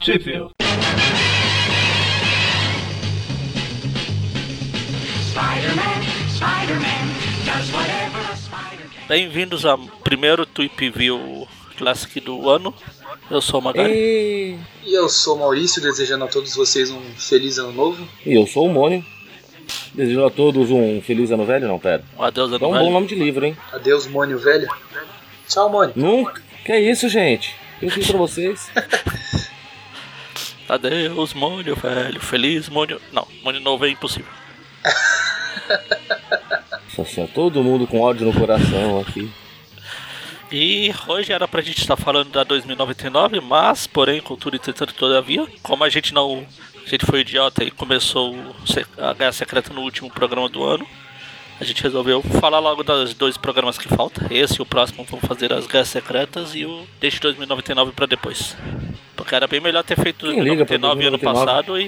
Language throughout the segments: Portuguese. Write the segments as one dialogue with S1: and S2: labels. S1: Sheffield. Bem-vindos ao primeiro Tweep View Classic do ano. Eu sou o Magali.
S2: E
S3: E eu sou o Maurício, desejando a todos vocês um feliz ano novo.
S2: e eu sou o Mônio. Desejo a todos um feliz ano velho, não, pera.
S1: Um adeus
S2: Dá um bom
S1: anual.
S2: nome de livro, hein?
S3: Adeus, Mônio velho. Tchau, Mônio.
S2: Nunca. Que é isso, gente? Eu fiz pra vocês.
S1: Adeus, Mônio, velho. Feliz, Mônio. Não, Mônio novo é impossível.
S2: Nossa senhora, todo mundo com ódio no coração aqui.
S1: E hoje era pra gente estar falando da 2099, mas, porém, contudo e tentando todavia, como a gente não. A gente foi idiota e começou o se- a Guerra Secreta no último programa do ano, a gente resolveu falar logo dos dois programas que faltam. Esse e o próximo vão fazer as Guerras Secretas e o Deixe 2099 pra depois. Porque era bem melhor ter feito
S2: Quem liga pra
S1: 2099 ano
S2: 2099?
S1: passado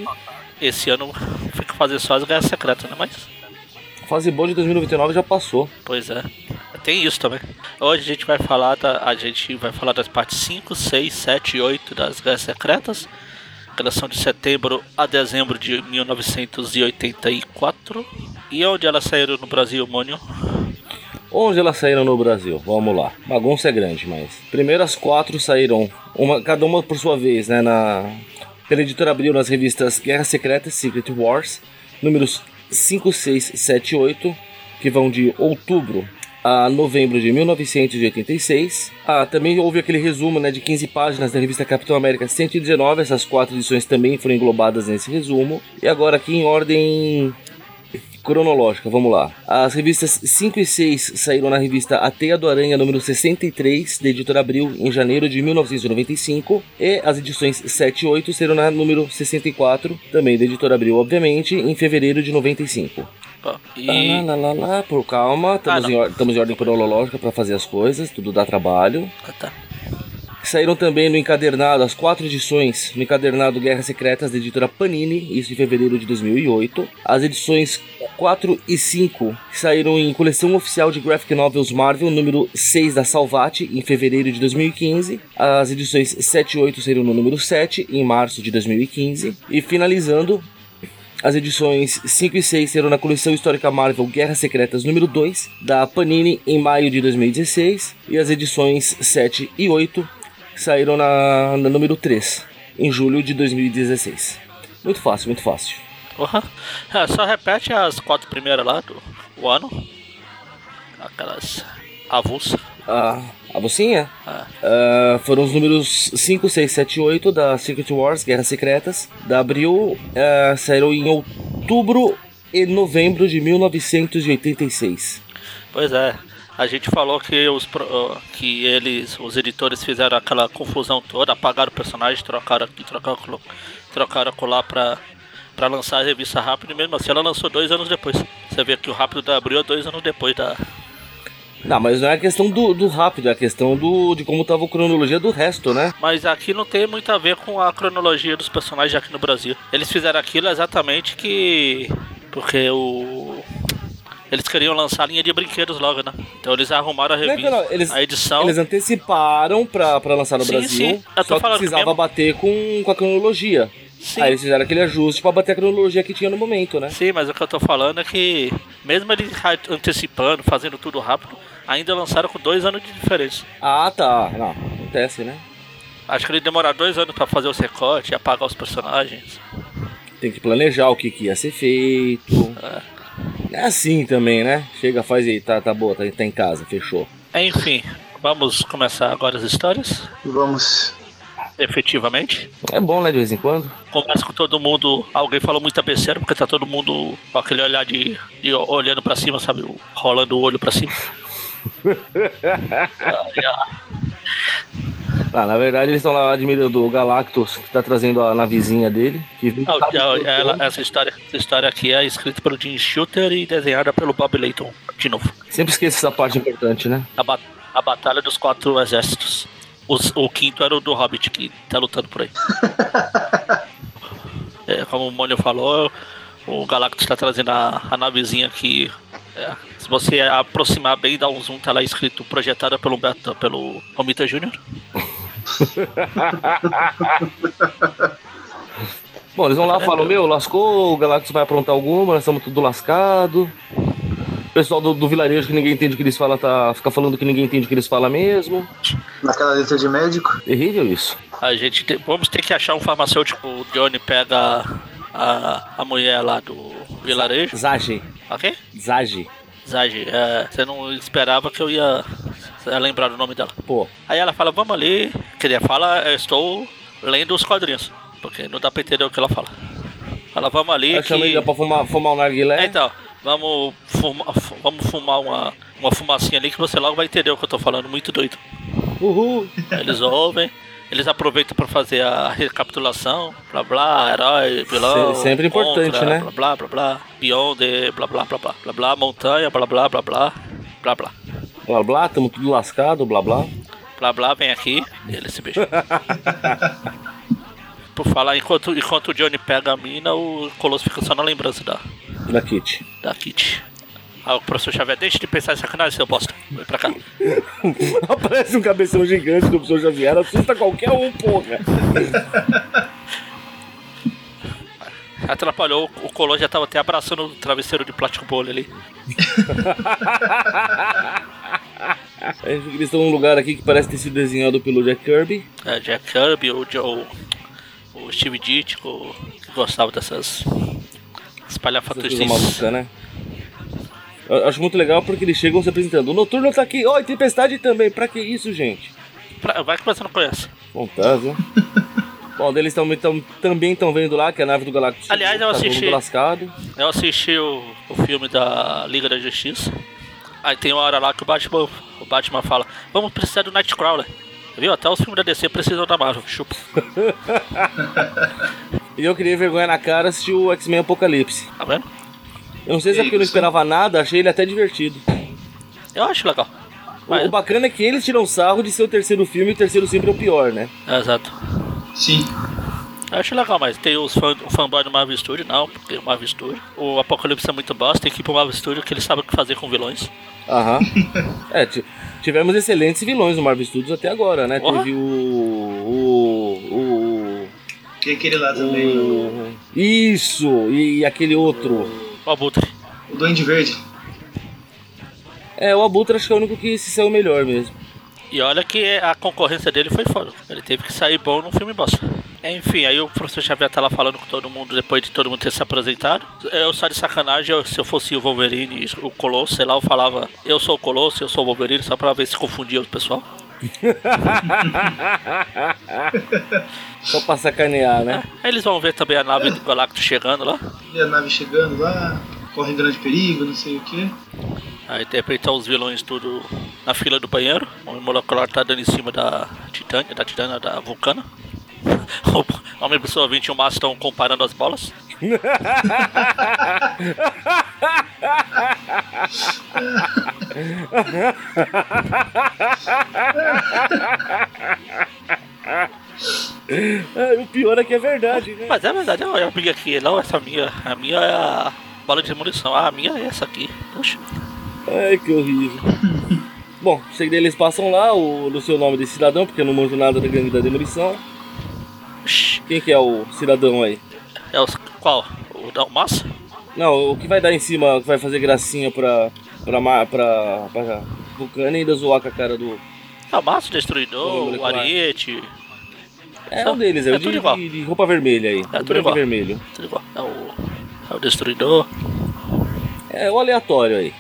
S1: e esse ano fica fazer só as Guerras Secretas, né? Mas.
S2: A fase boa de 2099 já passou.
S1: Pois é. Tem isso também. Hoje a gente vai falar da, a gente vai falar das partes 5, 6, 7 e 8 das Guerras Secretas, que elas são de setembro a dezembro de 1984. E onde elas saíram no Brasil, Mônio?
S2: Onde elas saíram no Brasil? Vamos lá. Bagunça é grande, mas. Primeiro as quatro saíram, uma, cada uma por sua vez, né? Na. Pela editora abriu nas revistas Guerra Secreta e Secret Wars, números 5, 6 e 7 e 8, que vão de outubro a novembro de 1986. Ah, também houve aquele resumo né, de 15 páginas da revista Capitão América 119, essas quatro edições também foram englobadas nesse resumo. E agora aqui em ordem cronológica, vamos lá. As revistas 5 e 6 saíram na revista A Teia do Aranha, número 63, da editora Abril, em janeiro de 1995. E as edições 7 e 8 saíram na número 64, também da editora Abril, obviamente, em fevereiro de 95.
S1: Ó, E,
S2: Tá, Lá, lá, lá, lá, por calma, estamos,
S1: Ah, não.
S2: em, or- estamos em ordem cronológica para fazer as coisas, tudo dá trabalho.
S1: ah, tá.
S2: Saíram também no encadernado as quatro edições no encadernado Guerras Secretas da editora Panini, isso em fevereiro de 2008. As edições 4 e 5 saíram em coleção oficial de Graphic Novels Marvel, número 6 da Salvati, em fevereiro de 2015. As edições 7 e 8 saíram no número 7, em março de 2015. E finalizando, as edições 5 e 6 serão na coleção histórica Marvel Guerras Secretas número 2, da Panini, em maio de 2016. E as edições 7 e 8 saíram na, na número 3, em julho de 2016. Muito fácil, muito fácil.
S1: Porra. Ah, só repete as quatro primeiras lá do o ano. Aquelas avulsa.
S2: Ah, a bolsinha?
S1: Ah,
S2: Ah, foram os números 5, 6, 7 e 8 da Secret Wars, Guerras Secretas, da Abril, ah, saíram em outubro e novembro de 1986.
S1: Pois é, a gente falou que os pro- que eles, os editores fizeram aquela confusão toda, apagaram o personagem, trocaram aqui, trocaram colo- trocaram colar pra para lançar a revista rápido e mesmo assim ela lançou dois anos depois. Você vê que o rápido da abril é dois anos depois da.
S2: Não, mas não é questão do, do rápido, é a questão do, de como tava a cronologia do resto, né?
S1: Mas aqui não tem muito a ver com a cronologia dos personagens aqui no Brasil. Eles fizeram aquilo exatamente que. Porque o. Eles queriam lançar a linha de brinquedos logo, né? Então eles arrumaram a
S2: Não é que
S1: revista,
S2: não, eles-
S1: a edição.
S2: Eles anteciparam pra, pra lançar no
S1: Sim,
S2: Brasil,
S1: sim, eu tô
S2: só que
S1: falando que
S2: precisava
S1: mesmo-
S2: bater com, com a cronologia.
S1: Sim.
S2: Aí eles fizeram aquele ajuste pra bater a cronologia que tinha no momento, né?
S1: Sim, mas o que eu tô falando é que, mesmo eles ra- antecipando, fazendo tudo rápido, ainda lançaram com dois anos de diferença.
S2: Ah, tá. Não, acontece, né?
S1: Acho que ele demorar dois anos pra fazer os recortes e apagar os personagens.
S2: Tem que planejar o que, que ia ser feito. É assim também, né? Chega, faz aí, tá, tá boa, tá, tá em casa, fechou.
S1: Enfim, vamos começar agora as histórias,
S3: Vamos.
S1: efetivamente.
S2: É bom, né, de vez em quando?
S1: Conversa com todo mundo. Alguém falou muita besteira porque tá todo mundo com aquele olhar de, de o- olhando pra cima, sabe? O- Rolando o olho pra cima. Ai, ai.
S2: Ah, na verdade, eles estão lá admirando o Galactus, que tá trazendo a navezinha dele. Que
S1: Ah, o- ah,
S2: né?
S1: ela- essa, história, essa história aqui é escrita pelo Jim Shooter e desenhada pelo Bob Layton, de novo.
S2: Sempre esqueço essa parte importante, né?
S1: A, ba- a Batalha dos Quatro Exércitos. Os- o quinto era o do Hobbit, que tá lutando por aí. É, como o Mônio falou, o Galactus tá trazendo a, a navezinha que. é, se você aproximar bem e dar um zoom, tá lá escrito projetada pelo Beto, pelo Romita Jr.
S2: Bom, eles vão
S1: É,
S2: lá e falam, meu, lascou, o Galactus vai aprontar alguma, nós estamos tudo lascado. O pessoal do, do vilarejo que ninguém entende o que eles falam, tá, fica falando que ninguém entende o que eles falam mesmo.
S3: Naquela letra de médico.
S2: Terrível isso.
S1: A gente tem- vamos ter que achar um farmacêutico. O Johnny pega a, a mulher lá do vilarejo.
S2: Zage,
S1: Ok?
S2: Zage.
S1: Zage, é, você não esperava que eu ia ia lembrar o nome dela.
S2: Pô,
S1: Aí ela fala, vamos ali. Quer dizer, fala, eu estou lendo os quadrinhos. Porque não dá pra entender o que ela fala. Fala, vamos ali.
S2: eu chamei
S1: que-
S2: ele é pra fumar, fumar um
S1: É,
S2: narguilé.
S1: então, vamos fumar, vamos fumar uma, uma fumacinha ali que você logo vai entender o que eu tô falando, muito doido.
S2: Uhul.
S1: Eles ouvem, eles aproveitam pra fazer a recapitulação, blá blá, herói, vilão.
S2: Se- sempre importante,
S1: contra,
S2: né?
S1: Blá blá blá blá, Beyond, blá blá blá blá, blá blá, montanha, blá blá blá blá, blá blá.
S2: Blá blá, tamo tudo lascado, blá blá.
S1: Blá blá, vem aqui, e ele se beija. Por falar, enquanto, enquanto o Johnny pega a mina, o Colosso fica só na lembrança da,
S2: Da Kit.
S1: da Kit. Aí o professor Xavier, deixa de pensar em sacanagem, seu bosta. Vem pra cá.
S2: Aparece um cabeção gigante do professor Xavier, assusta qualquer um, porra.
S1: Atrapalhou, o Colô já tava até abraçando o travesseiro de plástico bolha ali.
S2: Aí Eles estão num um lugar aqui que parece ter sido desenhado pelo Jack Kirby.
S1: É, Jack Kirby, o Joe, o Steve Ditko, que gostava dessas
S2: Essa coisa
S1: espalhafatostices.
S2: maluca, né? Eu acho muito legal porque eles chegam se apresentando. O Noturno tá aqui. Oi, Tempestade também. Pra que isso, gente?
S1: Pra- Vai que você não conhece.
S2: Bom, tá, viu? Bom, eles tão, tão- também estão vendo lá que a nave do Galactus
S1: Aliás, eu
S2: tá todo
S1: assisti.
S2: mundo lascado.
S1: Eu assisti o, o filme da Liga da Justiça. Aí tem uma hora lá que o Batman, o Batman fala: Vamos precisar do Nightcrawler. Viu? Até os filmes da DC precisam da Marvel. Chupa.
S2: E eu queria vergonha na cara assistir o X-Men Apocalipse.
S1: Tá vendo?
S2: Eu não sei se é porque eu não
S3: Isso.
S2: esperava nada, achei ele até divertido.
S1: Eu acho legal.
S2: O- O
S1: Mas,
S2: bacana é que eles tiram sarro de ser o terceiro filme e o terceiro sempre é o pior, né?
S1: é, exato.
S3: Sim.
S1: Eu acho legal, mas tem os fã, o fanboy do Marvel Studio, não, porque o Marvel Studio. O Apocalipse é muito bosta, tem que ir pro Marvel Studio que eles sabem o que fazer com vilões.
S2: Aham. é, ti- tivemos excelentes vilões no Marvel Studios até agora, né?
S1: Porra.
S2: Teve o. O. o-
S4: E aquele lá também, o,
S2: o- Isso! E aquele outro.
S1: O Abutre.
S4: o Duende Verde.
S2: É, o Abutre acho que é o único que se saiu melhor mesmo.
S1: E olha que a concorrência dele foi foda. Ele teve que sair bom num filme bosta. Enfim, aí o professor Xavier tá lá falando com todo mundo depois de todo mundo ter se apresentado. Eu só de sacanagem, eu- se eu fosse o Wolverine, o Colosso, sei lá, eu falava, eu sou o Colosso, eu sou o Wolverine, só pra ver se confundia o pessoal.
S2: Só pra sacanear, né?
S1: Aí eles vão ver também a nave do Galactus chegando lá.
S4: Vê a nave chegando lá, corre grande perigo, não sei o quê.
S1: Aí de repente tá os vilões tudo na fila do banheiro. O homem molecular tá dando em cima da Titânia, da Titânia, da Vulcana. O homem pessoa 21 Massa estão comparando as bolas.
S2: É, o pior é que é verdade, né?
S1: Mas é verdade, eu, eu briga aqui, não, essa minha. A minha é a bola de munição. Ah, a minha é essa aqui. Puxa.
S2: Ai, que horrível. Bom, sei que daí eles passam lá, o, no seu nome desse cidadão, porque eu não manjo nada da gangue da demolição.
S1: Shhh.
S2: Quem que é o cidadão aí?
S1: É os. Qual? O da Massa?
S2: Não, o que vai dar em cima, o que vai fazer gracinha pra. pra. ma- pra. pra Vulcana e ainda zoar com a cara do.
S1: É o Massa, o Destruidor,
S2: Sim,
S1: o Ariete.
S2: É um deles, é,
S1: É
S2: o
S1: tudo
S2: de,
S1: igual. É
S2: de- de roupa vermelha aí.
S1: tudo
S2: branco e
S1: igual.
S2: vermelho.
S1: Tudo igual. É o. É o Destruidor.
S2: É o aleatório aí.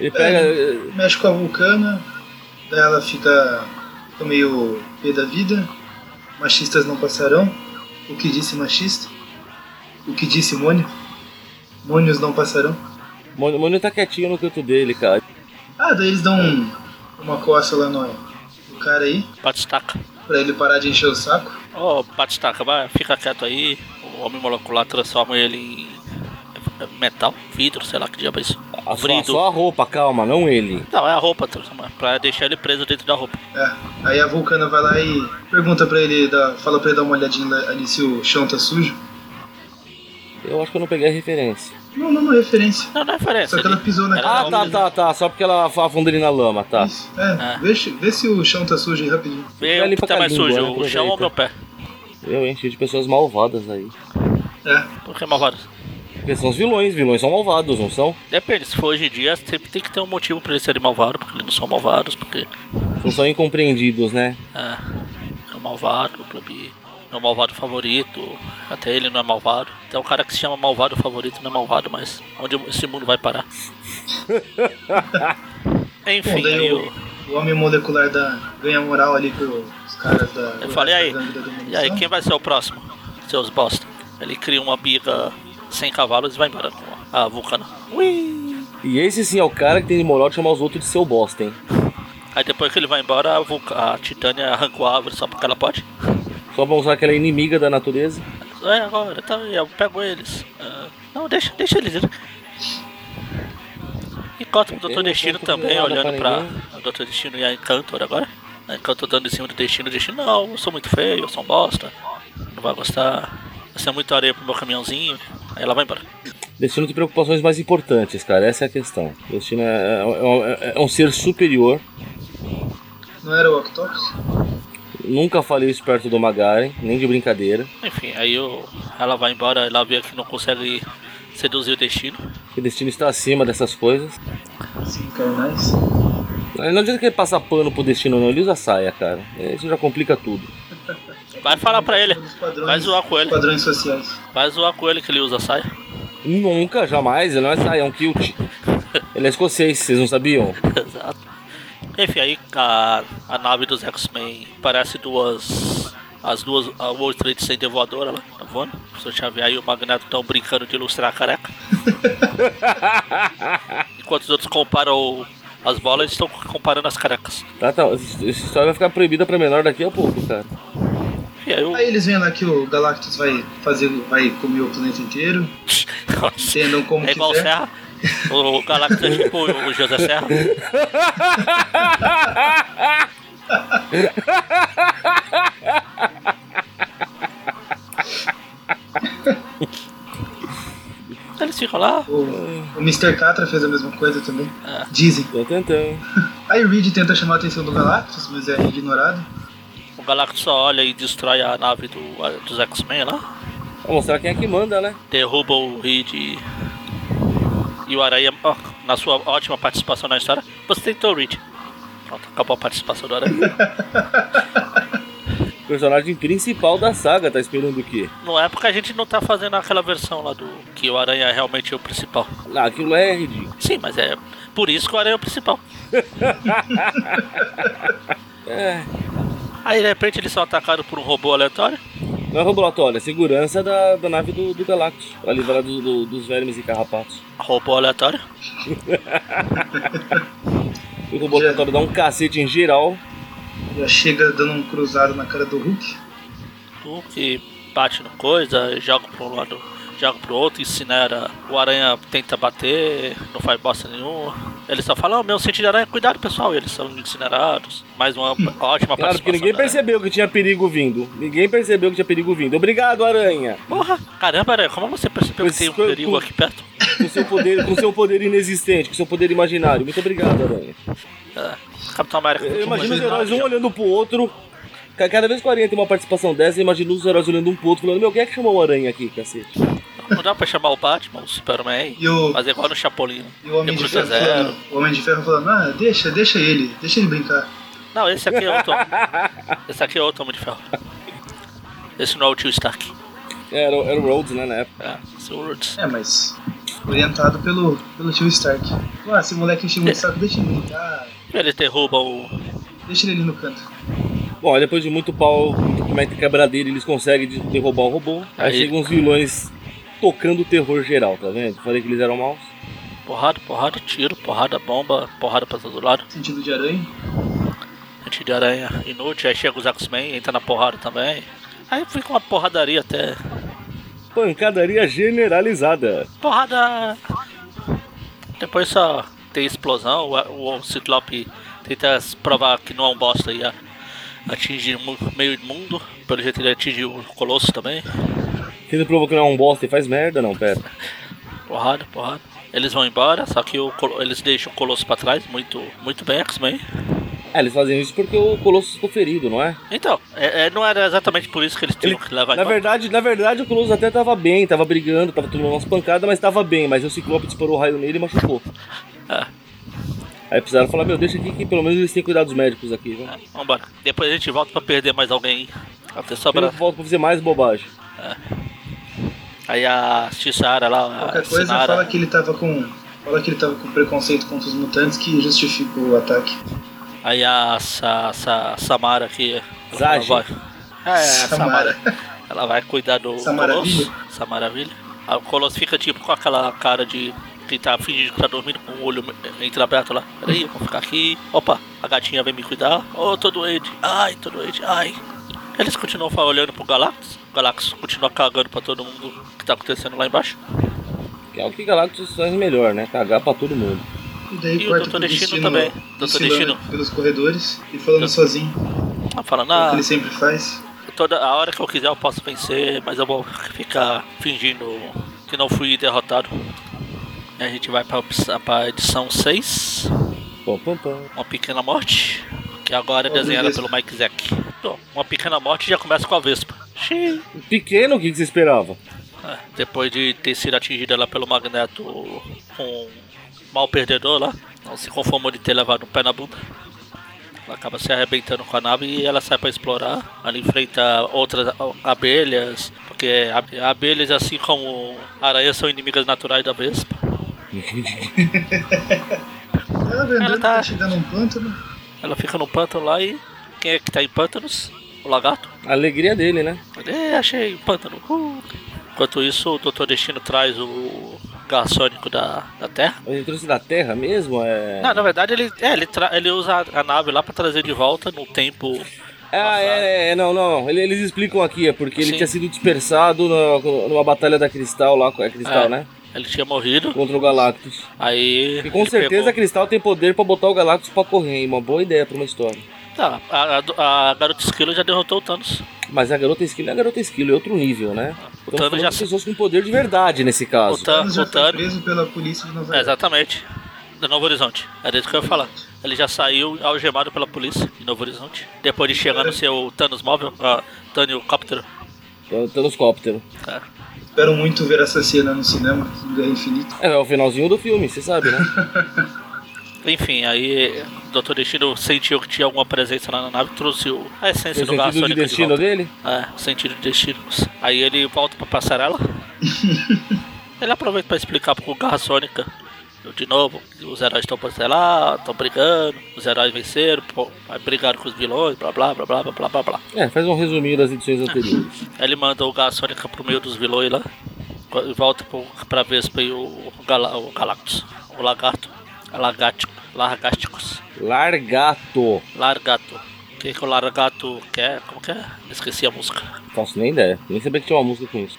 S2: Ele pega. eh,
S4: Mexe com a vulcana, daí ela fica, fica meio pé da vida. Machistas não passarão. O que disse machista? O que disse Mônio? Mônios não passarão.
S2: Mon- Mônio tá quietinho no canto dele, cara.
S4: Ah, daí eles dão um- uma coça lá no, no cara aí,
S1: Batistaca.
S4: pra ele parar de encher o saco.
S1: Ô, Batistaca, vai, fica quieto aí. O homem molecular transforma ele em metal, vidro, sei lá que diabo é isso.
S2: A só,
S1: Vrido.
S2: só a roupa, calma, não ele.
S1: Não, é a roupa, transforma, pra deixar ele preso dentro da roupa.
S4: É, aí a Vulcana vai lá e pergunta pra ele, dá- fala pra ele dar uma olhadinha lá- ali se o chão tá sujo.
S2: Eu acho que eu não peguei a referência.
S4: Não, não, não, referência.
S1: Não, não é referência.
S4: Só que ela
S1: ele-
S4: pisou na
S1: Era
S4: cara.
S2: Ah, tá, tá, tá. Só porque ela afunda ele na lama, tá.
S4: Isso. É,
S1: Ah.
S4: Vê, se- vê se o chão tá sujo aí rapidinho.
S1: Vê
S2: Vai
S1: o que
S2: limpar
S1: tá
S2: com a
S1: mais
S2: língua,
S1: sujo,
S2: né?
S1: o chão ou
S2: Aproveita.
S1: meu pé?
S2: Eu enchi de pessoas malvadas aí.
S4: É.
S1: Por que malvado?
S2: Porque são os vilões, vilões são malvados, não são?
S1: Depende, se for hoje em dia, sempre tem que ter um motivo pra eles serem malvados, porque eles não são malvados, porque
S2: Não são incompreendidos, né?
S1: é, é um malvado, o clube é um malvado favorito, até ele não é malvado. Tem um cara que se chama malvado favorito, não é malvado, mas onde esse mundo vai parar?
S4: Bom,
S1: Enfim, aí
S4: daí
S1: eu,
S4: o, o homem molecular da, ganha moral ali pros caras da.
S1: eu falei aí,
S4: da gangue da
S1: e aí
S4: dominação.
S1: quem vai ser o próximo? Seus bosta. Ele cria uma biga sem cavalos e vai embora Ah, com a vulcana.
S2: E esse sim é o cara que tem de moral de chamar os outros de seu bosta, hein?
S1: Aí depois que ele vai embora, a, vulca, a Titânia arrancou a árvore só porque ela pode.
S2: Só pra mostrar que ela é inimiga da natureza.
S1: É agora, tá, eu pego eles. Ah, não, deixa, deixa eles ir. Enquanto o
S2: Eu
S1: Dr.
S2: um não
S1: Destino
S2: conto
S1: também,
S2: nada
S1: olhando
S2: pra
S1: pra. O Dr. Destino e a Encantor agora. A Encantor dando em cima do Destino. o Destino, não, eu sou muito feio, eu sou um bosta. Não vai gostar. Vai ser muito areia pro meu caminhãozinho. Aí ela vai embora.
S2: Destino tem preocupações mais importantes, cara. Essa é a questão. Destino é, é um- é- é um ser superior.
S4: Não era o Octopus?
S2: Nunca falei isso perto do Magaren, nem de brincadeira.
S1: Enfim, aí eu, ela vai embora, ela vê que não consegue seduzir o Destino.
S2: Que Destino está acima dessas coisas.
S4: Sim, é carnais.
S2: Não adianta que ele passar pano pro Destino, não. Ele usa saia, cara. É, Isso já complica tudo.
S1: Vai falar pra ele.
S4: Os padrões-
S1: Vai zoar com ele.
S4: Padrões sociais.
S1: Vai zoar com ele que ele usa saia.
S2: Nunca, jamais. Ele não é saia, é um kilt. Ele é escocês, vocês não sabiam?
S1: Exato. Enfim, aí a, a nave dos X-Men parece duas. As duas. A World Trade Center voadora lá, tá voando? O professor Xavier e o Magneto estão brincando de ilustrar a careca. Enquanto os outros comparam o- as bolas, eles estão comparando as carecas.
S2: Tá, tá. Essa história vai ficar proibida pra menor daqui a pouco, cara.
S1: E aí o.
S4: Aí eles vêm lá que o Galactus vai fazer, vai comer o planeta inteiro.
S1: Nossa,
S4: Entendam como
S1: é igual o
S4: quiser.
S1: Serra. O, o Galactus é tipo o, o José Serra. Eles ficam lá,
S4: O, o Mr. Catra fez a mesma coisa também.
S1: É.
S4: Dizem.
S2: Tô tentando.
S4: Aí o Reed tenta chamar a atenção do Galactus, mas é ignorado.
S1: o Galactus só olha e destrói a nave do, a- dos X-Men lá.
S2: Vou mostrar quem é que manda, né?
S1: Derruba o Reed e, e o Aranha, ó, na sua ótima participação na história. Você tentou o Reed. Pronto, acabou a participação do Aranha.
S2: Personagem principal da saga, tá esperando o quê?
S1: Não é porque a gente não tá fazendo aquela versão lá do que o Aranha é realmente o principal.
S2: Ah, aquilo lá é ridículo.
S1: Sim, mas é por isso que o Aranha é o principal.
S2: É.
S1: Aí de repente eles são atacados por um robô aleatório.
S2: Não é regulatório, é segurança da, da nave do, do Galactus. Pra livrar do- do- dos vermes e carrapatos.
S1: Um Robô aleatório.
S2: E o robô
S4: Já-
S2: aleatório dá um cacete em geral.
S4: Já chega dando um cruzado na cara do Hulk.
S1: Um que bate no coisa, joga pra um lado, joga pro outro, incinera. O Aranha tenta bater, não faz bosta nenhuma. Ele só fala, "Ó, meu sentido de aranha, cuidado pessoal, e eles são incinerados. Mais uma ótima
S2: Claro, porque
S1: participação.
S2: ninguém
S1: do Aranha.
S2: percebeu que tinha perigo vindo. Ninguém percebeu que tinha perigo vindo. Obrigado, aranha.
S1: Porra, caramba, Aranha, como você percebeu que
S2: Pois
S1: tem um
S2: foi,
S1: perigo
S2: pô.
S1: aqui perto?
S2: Com seu poder, com seu poder inexistente, com seu poder imaginário. Muito obrigado, aranha.
S1: É, Capitão América.
S2: Eu
S1: continua
S2: imagino os
S1: imaginando,
S2: heróis um
S1: já.
S2: olhando pro outro. Ca- Cada vez que o Aranha tem uma participação dessa, eu imagino os heróis olhando um pro outro, falando: Meu, quem é que chamou o Aranha aqui, cacete?
S1: Não dá pra chamar o Batman, o Superman,
S4: E o-
S1: fazer igual no Chapolin. né?
S4: E o Homem de
S1: Recruta
S4: Ferro falando, o Homem de Ferro falando, ah, deixa, deixa ele, deixa ele brincar.
S1: Não, esse aqui é outro. esse aqui é outro Homem de Ferro. Esse não é o tio Stark.
S2: Era, o- era o Rhodes, né, na época.
S1: É, esse é o Rhodes.
S4: É, mas orientado pelo, pelo tio Stark. Ah, esse moleque enche
S1: É.
S4: muito o saco, deixa ele brincar,
S1: Ele derruba o.
S4: deixa ele ali no canto.
S2: Bom, aí depois de muito pau, muito quebradeira, eles conseguem de- derrubar o robô. Aí,
S1: Aí-
S2: chegam os vilões tocando o terror geral, tá vendo? Falei que eles eram maus.
S1: Porrada, porrada, tiro, porrada, bomba, porrada pra todo lado.
S4: Sentido de aranha.
S1: Gente de aranha inútil. Aí chega os X-Men, entra na porrada também. Aí fica uma porradaria até.
S2: Pancadaria generalizada.
S1: Porrada! Depois só tem explosão, o, o Ciclope tenta se provar que não é um bosta e a- atinge mu- meio mundo, pelo jeito ele atinge o Colosso também.
S2: Ele provou que não é um bosta e faz merda, não, pera.
S1: Pô, porrada, porrada. Eles vão embora, só que o Colo- eles deixam o Colosso pra trás, muito, muito bem, X-Men.
S2: É, eles fazem isso porque o Colossus ficou ferido, não é?
S1: Então, é- é, não era exatamente por isso que eles tinham que levar
S2: na
S1: embora.
S2: verdade, na verdade, o Colossus até tava bem, tava brigando, tava tomando umas pancadas, mas tava bem, mas o Ciclope disparou o raio nele e machucou.
S1: Ah.
S2: Aí precisaram falar, meu, deixa aqui que pelo menos eles têm cuidados médicos aqui, né?
S1: É, Vambora. Depois a gente volta pra perder mais alguém. Até
S2: Eu
S1: sobra.
S2: volto pra fazer mais bobagem.
S1: Aí a Chisara lá, a
S4: Qualquer coisa fala
S1: Sinara.
S4: que ele tava com. Fala que ele tava com preconceito contra os mutantes que justifica o ataque.
S1: Aí a, Sa- Sa- Samara que.
S2: Zaji.
S1: Ela vai- É, a Samara.
S4: Samara.
S1: Ela vai cuidar do
S4: Samaravilha.
S1: Colosso. Samaravilha. Aí o Colosso fica tipo com aquela cara de. Que tá fingindo que tá dormindo com o olho entreaberto lá. Peraí, eu vou ficar aqui. Opa, a gatinha vem me cuidar. Oh, tô doente. Ai, tô doente. Ai. Eles continuam fa- olhando pro Galactus. O Galactus continua cagando pra todo mundo que tá acontecendo lá embaixo.
S2: Que é o que Galactus faz melhor, né? Cagar pra todo mundo.
S4: E daí
S1: E o
S4: corta
S1: Dr.
S4: pro
S1: Destino
S4: destino,
S1: também. Dr.
S4: desfilando
S1: Destino.
S4: pelos corredores e falando sozinho, é
S1: Tá Falando,
S4: o
S1: ah,
S4: que ele sempre faz.
S1: toda a hora que eu quiser eu posso vencer, mas eu vou ficar fingindo que não fui derrotado. E a gente vai pra, opção- pra edição 6.
S2: Pom, pom, pom.
S1: Uma Pequena Morte, que agora é
S4: Ó,
S1: desenhada
S4: beleza.
S1: pelo Mike Zack. Bom, Uma Pequena Morte já começa com a Vespa. Xiii.
S2: Pequeno, o que que você esperava?
S1: É, Depois de ter sido atingida lá pelo Magneto com um mal perdedor lá, não se conformou de ter levado um pé na bunda. Ela acaba se arrebentando com a nave e ela sai para explorar. Ela enfrenta outras a- abelhas, porque ab- abelhas, assim como aranhas, são inimigas naturais da Vespa.
S4: Ela vai andando,
S1: tá-
S4: tá chegando um pântano.
S1: Ela fica no pântano lá e quem é que tá em pântanos? O lagarto.
S2: A alegria dele, né?
S1: É, achei o pântano. Uh. Enquanto isso, o Dr. Destino traz o garçônico da, da Terra.
S2: Mas Ele trouxe da Terra mesmo? É...
S1: Não, na verdade, ele, é, ele, tra- ele usa a nave lá pra trazer de volta no tempo.
S2: Ah, é, é, é, não, não. não. Ele- Eles explicam aqui, é porque ele
S1: Sim.
S2: tinha sido dispersado na- numa batalha da Cristal lá, é Cristal,
S1: É,
S2: né?
S1: Ele tinha morrido,
S2: Contra o Galactus.
S1: aí.
S2: E com
S1: ele
S2: certeza a
S1: pegou-
S2: Cristal tem poder pra botar o Galactus pra correr, hein? Uma boa ideia pra uma história.
S1: Tá, a, a, a garota esquilo já derrotou o Thanos.
S2: Mas a garota esquilo é a garota esquilo, é outro nível, né?
S1: O
S2: Estamos
S1: Thanos
S2: falando
S1: já
S2: de
S1: sa-
S2: pessoas com poder de verdade nesse
S1: O,
S2: caso.
S1: Tha-
S4: Thanos já
S1: o
S4: foi
S1: Thanos.
S4: preso pela polícia de Nova
S1: Tá é,
S4: York.
S1: Exatamente. De Novo Horizonte. Era isso que eu ia falar. Ele já saiu algemado pela polícia de Novo Horizonte. Depois de chegar no seu Thanos móvel, a Tânio Copter.
S2: É O Thanos Cóptero.
S1: É.
S4: Espero muito ver essa cena no cinema, em Guerra Infinita.
S2: É, é o finalzinho do filme, você sabe, né?
S1: Enfim, aí o Dr. Destino sentiu que tinha alguma presença lá na nave, trouxe o- a essência
S2: Tem o
S1: do gás
S2: sentido de
S1: sônico de
S2: destino
S1: volta.
S2: dele.
S1: É, o sentido de destino. Aí ele volta pra passarela. ele aproveita pra explicar pro Garra Sônica. eu, De novo, os heróis estão pra sei lá, estão brigando, os heróis venceram, pô, aí brigaram com os vilões, blá blá blá blá blá blá blá blá.
S2: É, faz um resuminho das edições anteriores.
S1: Aí ele manda o Garra Sônica pro meio dos vilões lá. E volta pro, pra Vespa e o, Gala, o Galactus. O Lagarto. Lagático. Largásticos.
S2: Largato.
S1: Largato. O que, que o Largato quer? Como que é? Esqueci a música.
S2: Faço nem ideia. Nem sabia que tinha uma música com isso.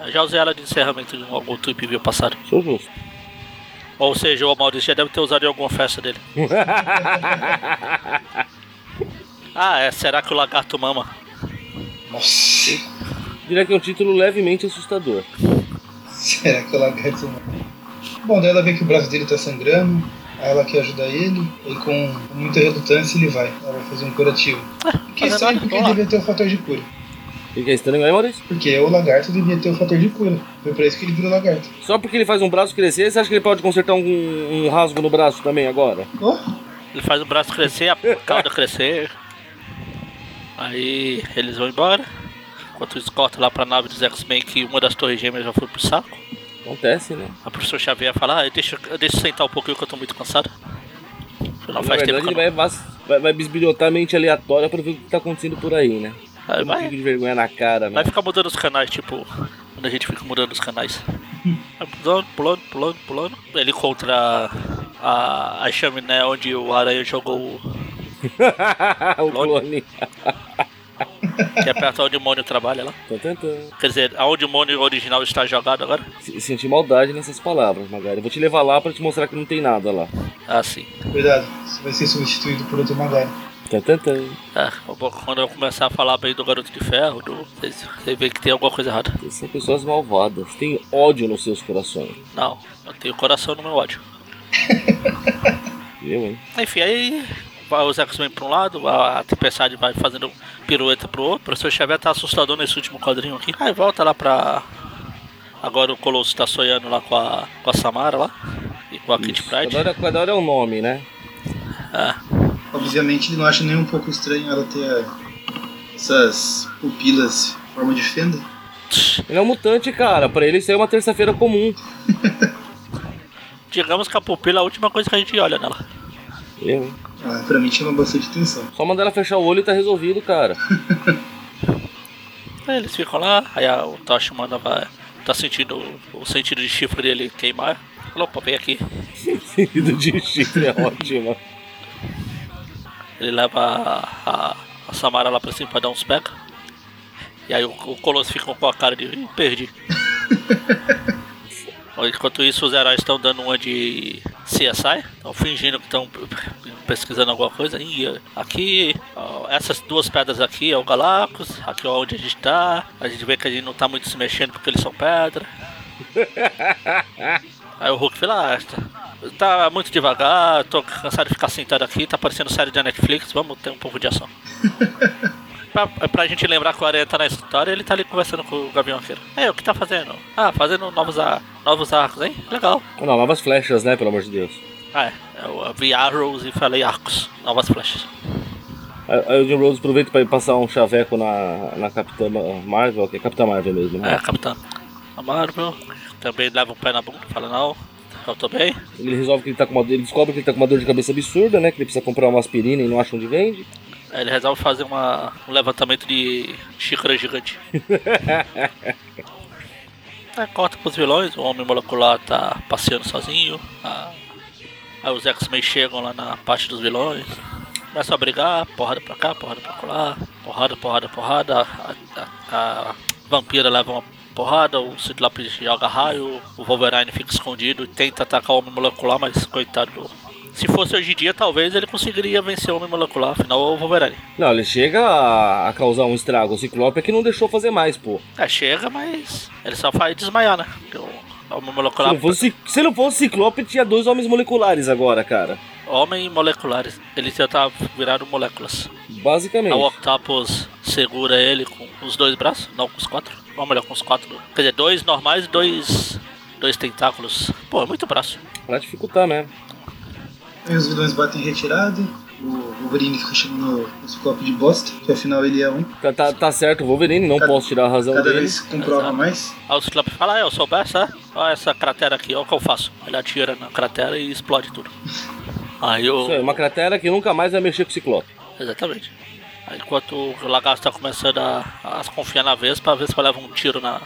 S1: Eu Já usei ela de encerramento de um algum trip view passado.
S2: Sou justo.
S1: Ou seja, o Maurício já deve ter usado em alguma festa dele. ah, é. Será que o lagarto mama?
S4: Nossa,
S2: Diria que é um título levemente assustador.
S4: será que ela ganha isso, mano? Bom, daí ela vê que o braço dele tá sangrando, aí ela quer ajudar ele, e com muita relutância ele vai. Ela vai fazer um curativo. Que é
S1: mas
S4: estranho
S1: olha,
S4: porque
S1: vamos
S4: ele
S1: lá.
S4: devia ter o fator de cura.
S2: E que é estranho aí, Maurício?
S4: Porque o lagarto devia ter o fator de cura. Foi pra isso que ele virou lagarto.
S2: Só porque ele faz um braço crescer, você acha que ele pode consertar um, um rasgo no braço também agora?
S4: Oh,
S1: Ele faz o braço crescer, a cauda crescer. Aí eles vão embora. Enquanto isso, corta lá pra nave dos X-Men que uma das torres gêmeas já foi pro saco.
S2: Acontece, né?
S1: A professora Xavier fala, ah, eu deixo, eu deixo sentar um pouquinho que eu tô muito cansado. Não
S2: Na
S1: faz
S2: verdade,
S1: tempo que
S2: ele
S1: eu não...
S2: vai, vas- vai, vai bisbilhotar a mente aleatória pra ver o que tá acontecendo por aí, né?
S1: Aí
S2: Toma um
S1: vai,
S2: pouco de vergonha na cara, né?
S1: Vai ficar mudando os canais, tipo, quando a gente fica mudando os canais. Vai Pulando, pulando, pulando, pulando. Ele contra a, a chaminé onde o Aranha jogou, o-
S2: o clone.
S1: que é perto onde o Mônio trabalha lá.
S2: Tô tentando.
S1: Quer dizer, aonde o Mônio original está jogado agora.
S2: S- Senti maldade nessas palavras, Magari. Eu vou te levar lá pra te mostrar que não tem nada lá.
S1: Ah, sim.
S4: cuidado, você vai ser substituído por outro Magari.
S2: Tantantã.
S1: É, eu vou- quando eu começar a falar bem do Garoto de Ferro, do, vocês vocês veem que tem alguma coisa errada.
S2: Vocês são pessoas malvadas, têm ódio nos seus corações.
S1: Não, eu tenho coração no meu ódio.
S2: Eu, hein?
S1: Enfim, aí vai os X vem pra um lado, a Tempestade vai fazendo pirueta pro outro. O professor Xavier tá assustador nesse último quadrinho aqui. Aí volta lá pra. Agora o Colosso tá sonhando lá com a, com a Samara lá. E com a Kit
S2: Isso.
S1: Pride.
S2: Cada hora- cada hora é o nome, né?
S1: Ah,
S4: Obviamente ele não acha nem um pouco estranho ela ter ah, essas pupilas em forma de fenda.
S1: tch,
S2: Ele é um mutante, cara. Pra ele isso aí é uma terça-feira comum.
S1: digamos que a pupila é a última coisa que a gente olha nela.
S2: Eu, hein?
S4: Ah, pra mim chama bastante atenção.
S2: Só mandar ela fechar o olho e tá resolvido, cara.
S1: Aí eles ficam lá, aí a, o Tosh manda vai. Tá sentindo o sentido de chifre dele queimar. Falou, opa, vem aqui.
S2: Sentido de chifre é ótimo.
S1: Ele leva a, a- a Samara lá pra cima pra dar uns pega. E aí o, o Colosso fica com a cara de. Ih, perdi. Enquanto isso, os heróis estão dando uma de CSI, estão fingindo que estão pesquisando alguma coisa. Ih, aqui, ó, essas duas pedras aqui é o Galactus, aqui é onde a gente tá. A gente vê que a gente não tá muito se mexendo porque eles são pedra. Aí o Hulk fala, ah, tá, tá muito devagar, tô cansado de ficar sentado aqui, tá parecendo série da Netflix, vamos ter um pouco de ação. pra, pra gente lembrar que o Aranha tá na história, ele tá ali conversando com o Gavião Arqueiro. É, o que tá fazendo? Ah, fazendo novos, ar- novos arcos, hein? Legal.
S2: Não, novas flechas, né? Pelo amor de Deus.
S1: Ah, é, eu vi arrows e falei arcos, novas flechas.
S2: Aí o Jim Rhodes aproveita pra ir passar um chaveco na, na Capitã Ma- Marvel, que é Capitã Marvel mesmo,
S1: É,
S2: né?
S1: capitão. A Marvel também leva um pé na bunda, fala não, eu tô bem.
S2: Ele resolve que ele tá com uma ele descobre que ele tá com uma dor de cabeça absurda, né? Que ele precisa comprar uma aspirina e não acha onde vende.
S1: Aí É, ele resolve fazer uma, um levantamento de xícara gigante. é, corta pros vilões, o homem molecular tá passeando sozinho. a- Aí os X-Men chegam lá na parte dos vilões. Começam a brigar, porrada pra cá, porrada pra lá, porrada, porrada, porrada. A, a- a vampira leva uma porrada, o Cid Lopes joga raio, o Wolverine fica escondido e tenta atacar o homem molecular, mas coitado. do- Se fosse hoje em dia, talvez ele conseguiria vencer o homem molecular, afinal é o Wolverine.
S2: Não, ele chega a, a causar um estrago. O Ciclope é que não deixou fazer mais, pô.
S1: É, chega, mas ele só faz desmaiar, né? Porque o homem
S2: Se
S1: molecular.
S2: não, fosse, se não fosse o Ciclope, tinha dois homens moleculares agora, cara.
S1: Homem moleculares. Ele já tá virado moléculas.
S2: Basicamente.
S1: O Octopus segura ele com os dois braços, não com os quatro. Ou melhor, com os quatro. Quer dizer, dois normais e dois. Dois tentáculos. Pô, é muito braço.
S2: Pra dificultar né? mesmo.
S4: Aí os vilões batem retirado, o Wolverine fica chamando o Ciclope de bosta, que afinal ele é um,
S2: Tá, tá, tá certo, o Wolverine, não
S4: Cada-
S2: posso tirar a razão
S4: cada
S2: dele.
S4: vez comprova mais.
S1: Aí o Ciclope fala, ah, eu soubesse, é? Olha essa cratera aqui, olha o que eu faço. Ele atira na cratera e explode tudo. Aí o.
S2: Isso é aí, uma cratera que nunca mais vai mexer com o Ciclope.
S1: Exatamente. Aí, Enquanto o lagarto tá começando a, a se confiar na Vespa, a Vespa leva um tiro na,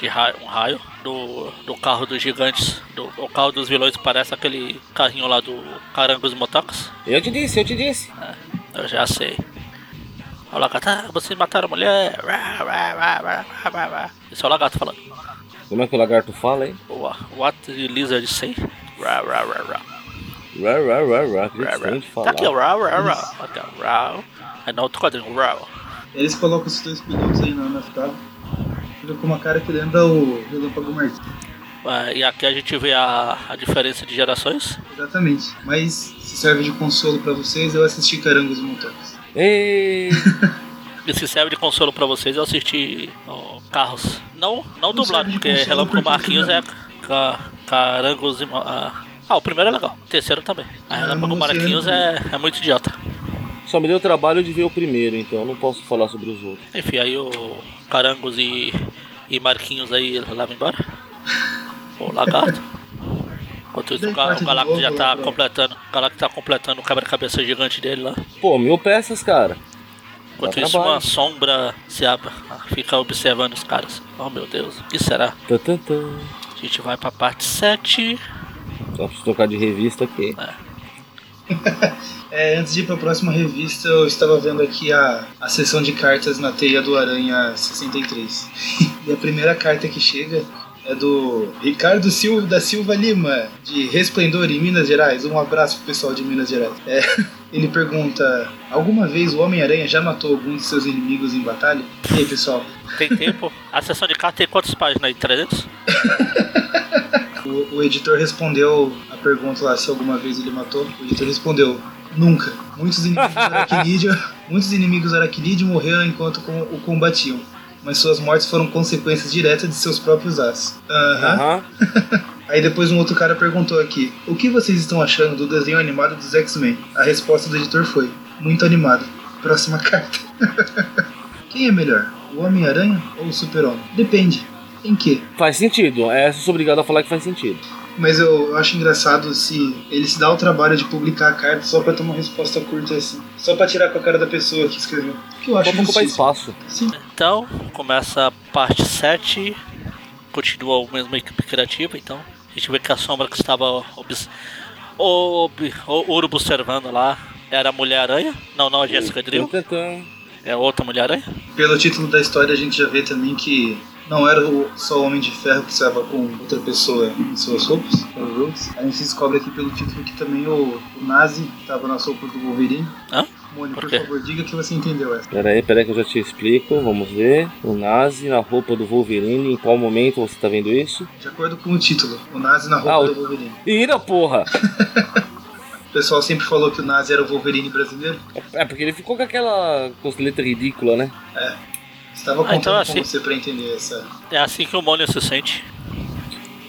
S1: de raio, um raio do, do carro dos gigantes, do, o carro dos vilões que parece aquele carrinho lá do Carangos e Motocas.
S2: Eu te disse, eu te disse.
S1: É, eu já sei. Aí O lagarto, ah, vocês mataram a mulher. Rá, rá, rá, rá, rá, rá, rá. Esse é o lagarto falando.
S2: Como é que o lagarto fala, hein?
S1: O- What the lizard say? Rá, rá, rá, rá.
S2: Rá, rá, rá, rá. Que
S1: Rá, rá.
S2: estranho de
S1: Tá
S2: falar.
S1: aqui, ó, rá, rá, rá. Aqui, ó, rá. Aí no outro quadrinho, rá.
S4: Aí eles colocam os dois pilotos aí na NFK, fica com uma cara que lembra o Relâmpago Martins.
S1: Ah, e aqui a gente vê a, a diferença de gerações.
S4: Exatamente. Mas se serve de consolo pra vocês, eu assisti Carangos e Montanhas.
S2: Ei,
S1: E se serve de consolo pra vocês, eu assisti ó, Carros. Não, não, dublado,
S4: serve de
S1: porque
S4: consolo
S1: Relâmpago
S4: porque
S1: Marquinhos é
S4: não.
S1: ca, Carangos e. Mo- Ah, ah, o primeiro é legal. O terceiro também. A
S4: Ah,
S1: Relâmpago
S4: não sei,
S1: Marquinhos
S4: não.
S1: é, é muito idiota.
S2: só me deu trabalho de ver o primeiro, então eu não posso falar sobre os outros.
S1: Enfim, aí o Carangos e, e Marquinhos aí leva embora. O lagarto. Enquanto isso, o,
S4: Daí
S1: Ga-
S4: parte
S1: o
S4: de
S1: Galactus
S4: novo né?
S1: já
S4: lá
S1: tá
S4: pra-
S1: completando. O Galactus tá completando o quebra-cabeça gigante dele lá.
S2: Pô, mil peças, cara.
S1: Enquanto
S2: Dá
S1: isso,
S2: trabalho.
S1: uma sombra se abre, fica observando os caras. Oh meu Deus, o que será?
S2: Tã, tã, tã.
S1: A gente vai pra parte 7.
S2: Só preciso tocar de revista aqui.
S4: É, antes de ir pra próxima revista, eu estava vendo aqui a, a sessão de cartas na teia do Aranha 63. e a primeira carta que chega é do Ricardo Silva da Silva Lima, de Resplendor em Minas Gerais. Um abraço pro pessoal de Minas Gerais. É, Ele pergunta: Alguma vez o Homem-Aranha já matou algum de seus inimigos em batalha? E aí, pessoal?
S1: Tem tempo? A sessão de carta tem quantas páginas aí? 300?
S4: O, o editor respondeu a pergunta lá se alguma vez ele matou. O editor respondeu: Nunca. Muitos inimigos aracnídeos, muitos inimigos aracnídeos morreram enquanto com- o combatiam. Mas suas mortes foram consequências diretas de seus próprios atos. Aham.
S2: Aham.
S4: Aí depois um outro cara perguntou aqui: O que vocês estão achando do desenho animado dos X-Men? A resposta do editor foi: Muito animado. Próxima carta. Quem é melhor? O Homem-Aranha ou o Super-Homem? Depende. Em que?
S2: Faz sentido. É, sou obrigado a falar que faz sentido.
S4: Mas eu acho engraçado se ele se dá o trabalho de publicar a carta só pra ter uma resposta curta assim. Só pra tirar com a cara da pessoa que escreveu. Que
S1: Um
S4: eu acho
S2: Vamos ocupar
S4: injustiça.
S2: espaço.
S4: Sim.
S1: Então, começa a parte 7. Continua a mesma equipe criativa, então. A gente vê que a sombra que estava obs- ob- o- ouro observando lá era a Mulher-Aranha. Não, não a Jessica Drill.
S2: Tantantã.
S1: É outra Mulher-Aranha.
S4: Pelo título da história a gente já vê também que não era o- só o Homem de Ferro que estava com outra pessoa em suas roupas, era o Rhodes. A gente descobre aqui pelo título que também o, o Nazi estava nas roupas do Wolverine.
S1: Hã?
S4: Mônica,
S1: Por
S4: por,
S1: quê?
S4: favor, diga que você entendeu essa.
S2: Pera aí, pera aí que eu já te explico. Vamos ver. O Nazi na roupa do Wolverine. Em qual momento você tá vendo isso?
S4: De acordo com o título, o Nazi na roupa
S2: Ah, o-
S4: do Wolverine.
S2: Ira, porra!
S4: O pessoal sempre falou que o Nazi era o Wolverine brasileiro.
S2: É porque ele ficou com aquela costeleta ridícula, né?
S4: Estava
S1: Ah,
S4: contando
S1: então é
S4: com
S1: assim.
S4: você pra entender essa.
S1: É assim que o Mônio se sente.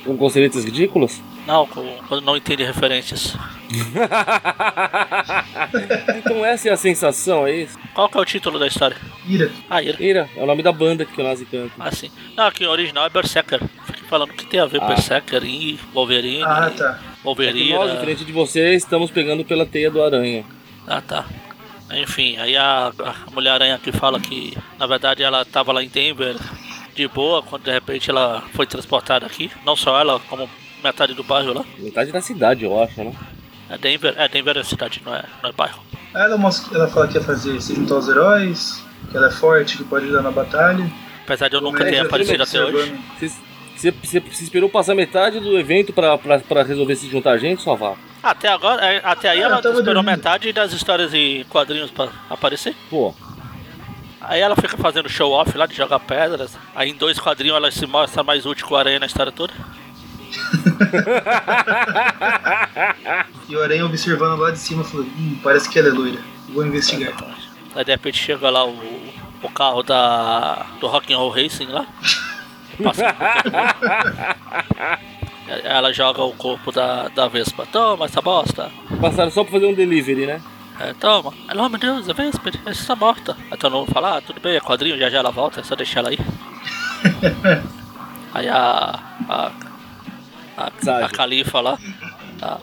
S2: Com costeletas ridículas?
S1: Não, com- quando não entende referências.
S2: então essa é a sensação, é isso?
S1: Qual que é o título da história?
S4: Ira,
S1: Ah, Ira.
S2: Ira, é o nome da banda que o Nazi canta.
S1: Ah, sim. Não, aqui o original é Berserker. Fiquei falando que tem a ver
S2: Ah.
S1: Berserker e Wolverine.
S4: Ah, tá.
S2: É que
S1: Wolverine.
S2: nós, diferente de você, estamos pegando pela teia do aranha.
S1: Ah, tá. Enfim, aí a, a Mulher-Aranha que fala que, na verdade, ela tava lá em Denver de boa, quando de repente ela foi transportada aqui. Não só ela, como metade do bairro lá.
S2: Metade da cidade, eu acho, né?
S1: É Denver, é Denver é cidade, não é, não é bairro.
S4: Aí ela, mostra, ela fala que ia fazer se juntar aos heróis, que ela é forte, que pode ajudar na batalha.
S1: Apesar de eu nunca
S4: Mas
S1: ter
S4: já
S1: aparecido
S4: tudo
S1: até hoje.
S4: observando.
S2: Você- Você você- você esperou passar metade do evento pra, pra, pra resolver se juntar a gente, só vá.
S1: Até agora, é, até aí
S4: Ah,
S1: ela
S4: eu tava
S1: esperou
S4: dormindo.
S1: metade das histórias e quadrinhos pra aparecer.
S2: Pô,
S1: Aí ela fica fazendo show off lá de jogar pedras. Aí em dois quadrinhos ela se mostra mais útil que o Aranha na história toda.
S4: E o Aranha observando lá de cima falou, hum, parece que ela é loira. Vou investigar.
S2: É, tá.
S1: Aí de repente chega lá o, o carro da do Rock and Roll Racing lá. Passa por todo mundo. Aí ela joga o corpo da, da Vespa. Toma essa bosta.
S2: passaram só pra fazer um delivery, né?
S1: É, toma. Ela, oh meu Deus, a Vespa, ela está tá morta. Aí todo mundo fala, ah, tudo bem, é quadrinho, já já ela volta, é só deixar ela aí. aí a. a. a, a
S2: Sádio.
S1: Califa lá. a-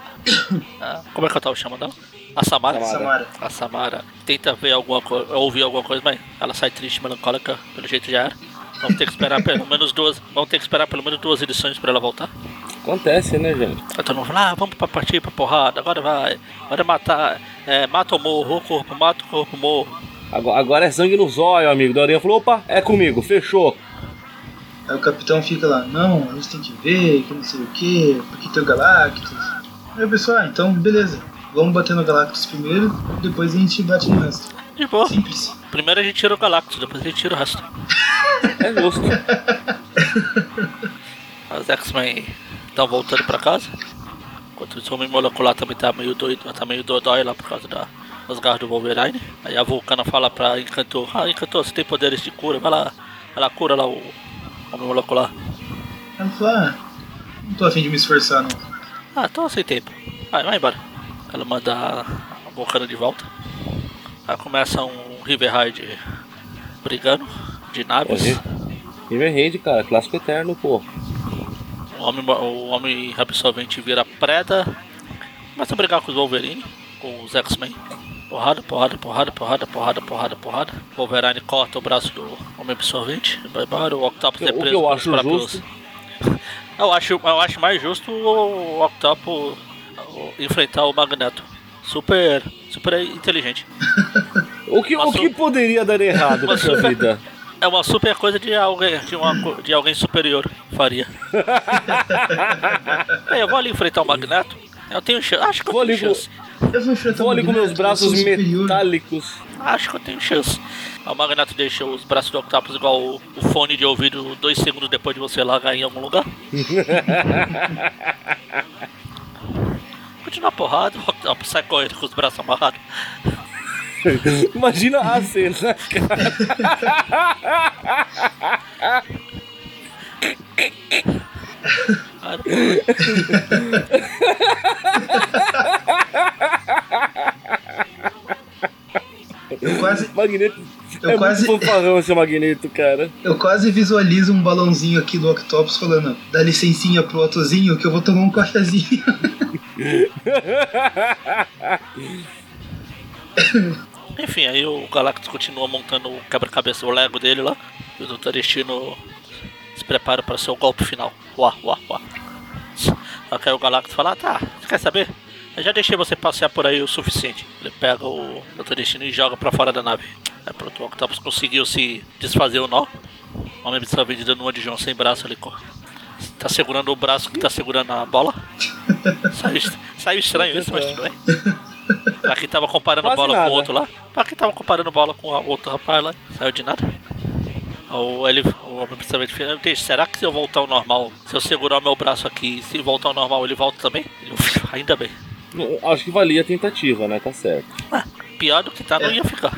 S1: a- como é que eu tava chamando ela? A Samara.
S2: Samara.
S4: Samara.
S1: A Samara tenta ver alguma coisa, ouvir alguma coisa, mas ela sai triste, melancólica, pelo jeito já era. Vamos ter que esperar pelo menos duas. Vamos ter que esperar pelo menos duas edições pra ela voltar.
S2: Acontece, né, gente?
S1: Aí todo mundo fala, ah, vamos pra partir pra porrada, agora vai, agora matar, é, mata o morro, o corpo, mata o corpo, o morro.
S2: Agora, agora é sangue no zóio, amigo. Dorinha falou, opa, é comigo, fechou.
S4: Aí o capitão fica lá, não, a gente tem que ver, que não sei o que, porque tem o Galactus. Aí o pessoal, ah, então beleza, vamos bater no Galactus primeiro, depois a gente bate no resto.
S1: De
S2: Oh.
S1: boa.
S4: Simples.
S1: Primeiro a gente tira o Galactus, depois a gente tira o resto.
S2: É justo.
S1: As X-Men estão voltando pra casa. Enquanto isso, o homem molecular também tá meio doido, tá meio dodói lá por causa da, das garras do Wolverine. Aí a Vulcana fala pra Encantor, ah, Encantor, você tem poderes de cura, vai lá, ela cura lá o homem molecular.
S4: Ela falou, ah, não tô afim de me esforçar não.
S1: Ah, então sem tempo. Vai, vai embora. Ela manda a Vulcana de volta. Aí começa um River Ride brigando de naves.
S2: Olha. River Raid, cara, clássico eterno, pô.
S1: O homem, o homem absorvente vira preda. Começa a brigar com os Wolverine, com os X-Men. Porrada, porrada, porrada, porrada, porrada, porrada, porrada. O Wolverine corta o braço do homem absorvente. Vai embora, o Octopus
S2: O
S1: é
S2: que
S1: preso.
S2: eu
S1: pelos
S2: acho
S1: próprios-
S2: justo.
S1: Eu acho, eu acho mais justo o Octopus o- enfrentar o Magneto. Super, super inteligente.
S2: O que, o
S1: Nossa.
S2: que poderia dar errado com sua vida?
S1: É uma super coisa de alguém, de, uma co- de alguém superior faria. É, eu vou ali enfrentar o Magneto. Eu tenho chance. Acho que eu
S2: Vou
S1: tenho
S2: ali,
S1: chance.
S4: Eu vou enfrentar
S2: Vou ali com
S4: Magneto,
S2: meus braços
S4: eu sou é superior.
S2: metálicos.
S1: Acho que eu tenho chance. O Magneto deixa os braços do Octopus igual o, o fone de ouvido dois segundos depois de você largar em algum lugar. Continua a porrada, o Octopus sai correndo com os braços amarrados.
S2: Imagina a cena. né,
S1: Cara,
S4: Eu quase,
S2: Magneto.
S4: Eu
S2: é
S4: quase-
S2: muito fanfarrão esse Magneto, cara.
S4: eu quase visualizo um balãozinho aqui do Octopus falando: dá licencinha pro Otozinho que eu vou tomar um cafezinho.
S1: Enfim, aí o Galactus continua montando o quebra-cabeça, o Lego dele lá. E o Dr. Destino se prepara para seu golpe final. Uá, uá, uá. Aqui o Galactus fala, ah, tá, você quer saber? Eu já deixei você passear por aí o suficiente. Ele pega o Dr. Destino e joga para fora da nave. Aí pronto, o Octopus conseguiu se desfazer o nó. O homem absorvido dando uma de João sem braço ali. co- Tá segurando o braço que tá segurando a bola. Saiu, est- saiu estranho isso, mas tudo bem. Pra quem tava comparando
S2: Quase
S1: bola
S2: nada.
S1: com o outro lá. Pra quem tava comparando bola com o outro rapaz lá, saiu de nada. O, ele, o homem pensamento final, "Gente, será que se eu voltar ao normal, se eu segurar o meu braço aqui e se voltar ao normal, ele volta também? Ele, ainda bem.
S2: Acho que valia a tentativa, né? Tá certo.
S1: Ah, pior do que tá, não ia ficar.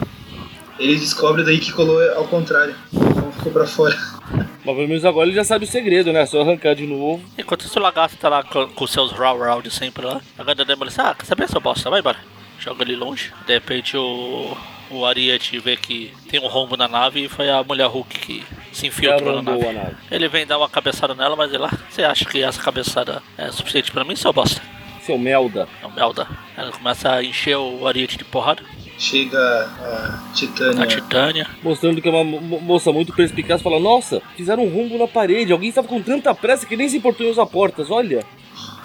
S4: Ele descobre daí que colou ao contrário. Então ficou pra fora.
S2: Mas pelo menos agora ele já sabe o segredo, né? Só arrancar de novo.
S1: Enquanto isso, o lagarto tá lá com, com seus raw raw de sempre lá. A ganda demolição, ah, quer saber seu bosta? Vai embora. Joga ele longe. De repente, o, o Ariete vê que tem um rombo na nave e foi a mulher Hulk que se infiltrou na
S2: Arrombou
S1: nave.
S2: a nave.
S1: Ele vem dar uma cabeçada nela, mas ele lá, você acha que essa cabeçada é suficiente pra mim, seu bosta?
S2: Seu Melda.
S1: É o Melda. Ela começa a encher o Ariete de porrada.
S4: Chega a
S1: A
S4: Titânia.
S1: Titânia.
S2: Mostrando que é uma mo- mo- moça muito perspicaz fala: Nossa, fizeram um rombo na parede. Alguém estava com tanta pressa que nem se importou em usar portas. Olha. é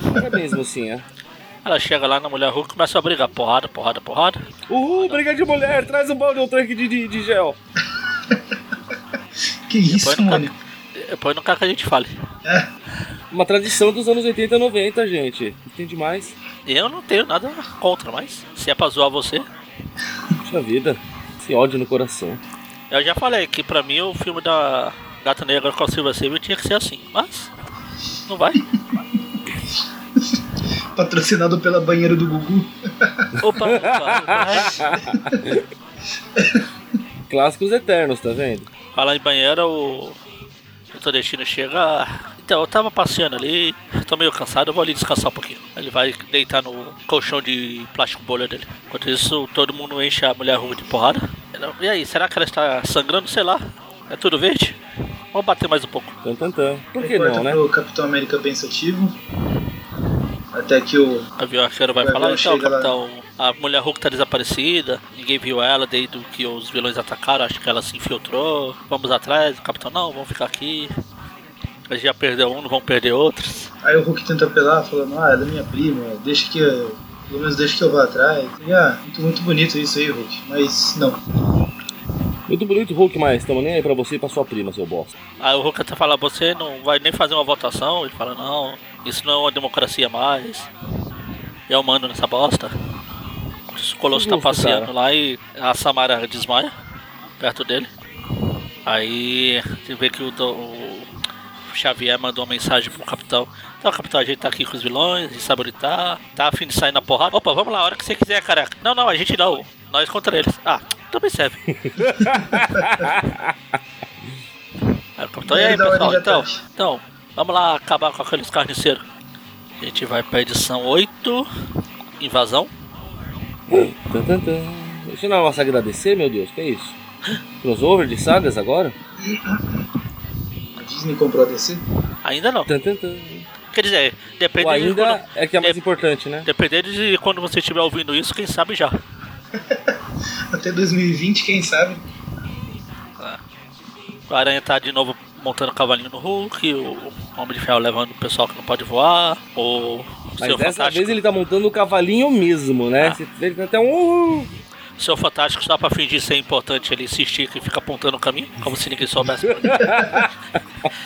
S2: assim, Parabéns, mocinha.
S1: Ela chega lá na mulher Hulk e começa a brigar. Porrada, porrada, porrada.
S2: Uhul, briga de mulher. Traz um balde ou um tanque de, de, de gel.
S4: Que isso,
S1: não
S4: mano?
S1: quer- depois não quer que a gente fale.
S4: É,
S2: Uma tradição dos anos 80 e 90, gente. Não tem demais.
S1: Eu não tenho nada contra, mas se é pra zoar você.
S2: Puxa vida. Esse ódio no coração.
S1: Eu já falei que pra mim o filme da Gata Negra com a Silva Silva tinha que ser assim, mas. Não vai.
S4: patrocinado pela banheira do Gugu.
S1: Opa, opa, opa.
S2: Clássicos eternos, tá vendo?
S1: Fala em banheira, o. Doutor Destino chega. "Ah, Então, eu tava passeando ali, tô meio cansado, eu vou ali descansar um pouquinho. Ele vai deitar no colchão de plástico bolha dele. Enquanto isso, todo mundo enche a mulher ruim de porrada. Ela, E aí, será que ela está sangrando? Sei lá. É tudo verde? Vamos bater mais um pouco.
S2: Tan, tan, tan. Por que
S4: Recorta
S2: não, né?
S4: pro Capitão América pensativo. Até que o.
S1: Avião Arqueiro vai
S4: O
S1: falar,
S4: avião
S1: então,
S4: chega lá.
S1: capitão, a mulher Hulk tá desaparecida, ninguém viu ela desde que os vilões atacaram, acho que ela se infiltrou, vamos atrás, o capitão, não, vamos ficar aqui. A gente já perdeu um, não vão perder outros.
S4: Aí o Hulk tenta apelar, falando, ah, ela é minha prima, deixa que eu. Pelo menos deixa que eu vá atrás. E, ah, muito, muito bonito isso aí, Hulk. Mas não.
S2: Muito bonito, Hulk, mas estamos nem aí pra você e pra sua prima, seu bosta.
S1: Aí o Hulk até fala, você não vai nem fazer uma votação? Ele fala, não, isso não é uma democracia mais, eu mando nessa bosta. O Colosso tá
S2: Justo,
S1: passeando
S2: cara.
S1: lá e a Samara desmaia perto dele. Aí você vê que o, do- o Xavier mandou uma mensagem pro capitão. Então, capitão, a gente tá aqui com os vilões, a gente sabe onde tá, tá afim de sair na porrada. Opa, vamos lá, a hora que você quiser, careca. Não, não, a gente não. Nós contra eles. Ah, também serve. Aí, o capitão, e aí,
S4: Da hora
S1: pessoal?
S4: de
S1: Então,
S4: ataque.
S1: então, vamos lá acabar com aqueles carniceiros. A gente vai pra edição 8, invasão.
S2: Tan, tan, tan. Deixa eu dar uma saga agradecer, meu Deus, que é isso? Crossover de sagas agora?
S4: A Disney comprou a DC?
S1: Ainda não.
S2: Tan, tan, tan.
S1: Quer dizer, depende
S2: O
S1: de quando,
S2: ainda é que é mais
S1: de-
S2: importante, né?
S1: dependendo de quando você estiver ouvindo isso, quem sabe já.
S4: Até 2020, quem sabe?
S1: O Aranha tá de novo montando o cavalinho no Hulk, o Homem de Ferro levando o pessoal que não pode voar, o
S2: Mas
S1: Seu
S2: dessa
S1: Fantástico,
S2: vez ele tá montando o cavalinho mesmo, né?
S1: Ah.
S2: Você- Ele tá até um.
S1: Seu Fantástico só pra fingir ser importante, ele se estica e fica apontando o caminho, como se ninguém soubesse.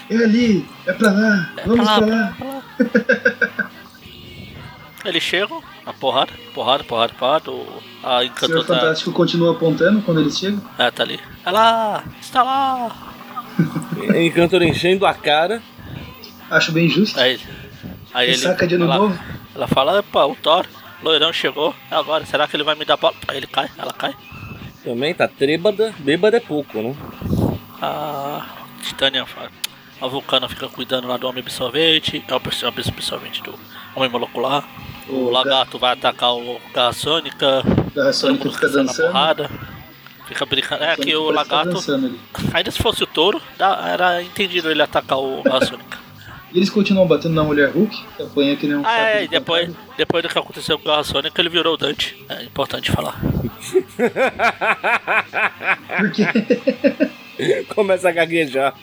S4: É ali, é pra lá,
S1: É
S4: vamos
S1: pra lá,
S4: pra lá.
S1: Eles chegam, A porrada, porrada, porrada, porrada. O, a
S4: O Senhor
S1: encantou tá.
S4: Fantástico continua apontando quando ele chega.
S1: Ah, tá ali. Tá lá! Está lá!
S2: uh. Encantor enchendo a cara.
S4: Acho bem justo.
S1: Aí, aí
S4: Ele
S1: ele.
S4: saca de ano
S1: ela,
S4: novo.
S1: Ela fala, opa, o Thor, loirão chegou. É Agora, será que ele vai me dar bola? Aí ele cai, ela cai.
S2: Também tá trêbada. Bêbada é pouco, né?
S1: A Titânia fala. A Vulcana fica cuidando lá do Homem Absorvente, é o absor- absorvente do Homem Molecular. O
S4: O
S1: Lagarto vai atacar o Garra Sônica.
S4: Garra Sônica
S1: todo mundo
S4: fica
S1: sai na
S4: dançando.
S1: Porrada, fica brincando. É
S4: Sonic
S1: que o
S4: parece tá
S1: Lagarto.
S4: dançando ali.
S1: Ainda se fosse o touro, dá- era entendido ele atacar o Garra Sônica.
S4: E eles continuam batendo na mulher Hulk, que apanha que nem um
S1: Ah,
S4: saco
S1: é,
S4: de
S1: e depois,
S4: pancada.
S1: depois do que aconteceu com o Garra Sônica, ele virou o Dante. É importante falar.
S4: Por quê?
S2: Começa a gaguejar.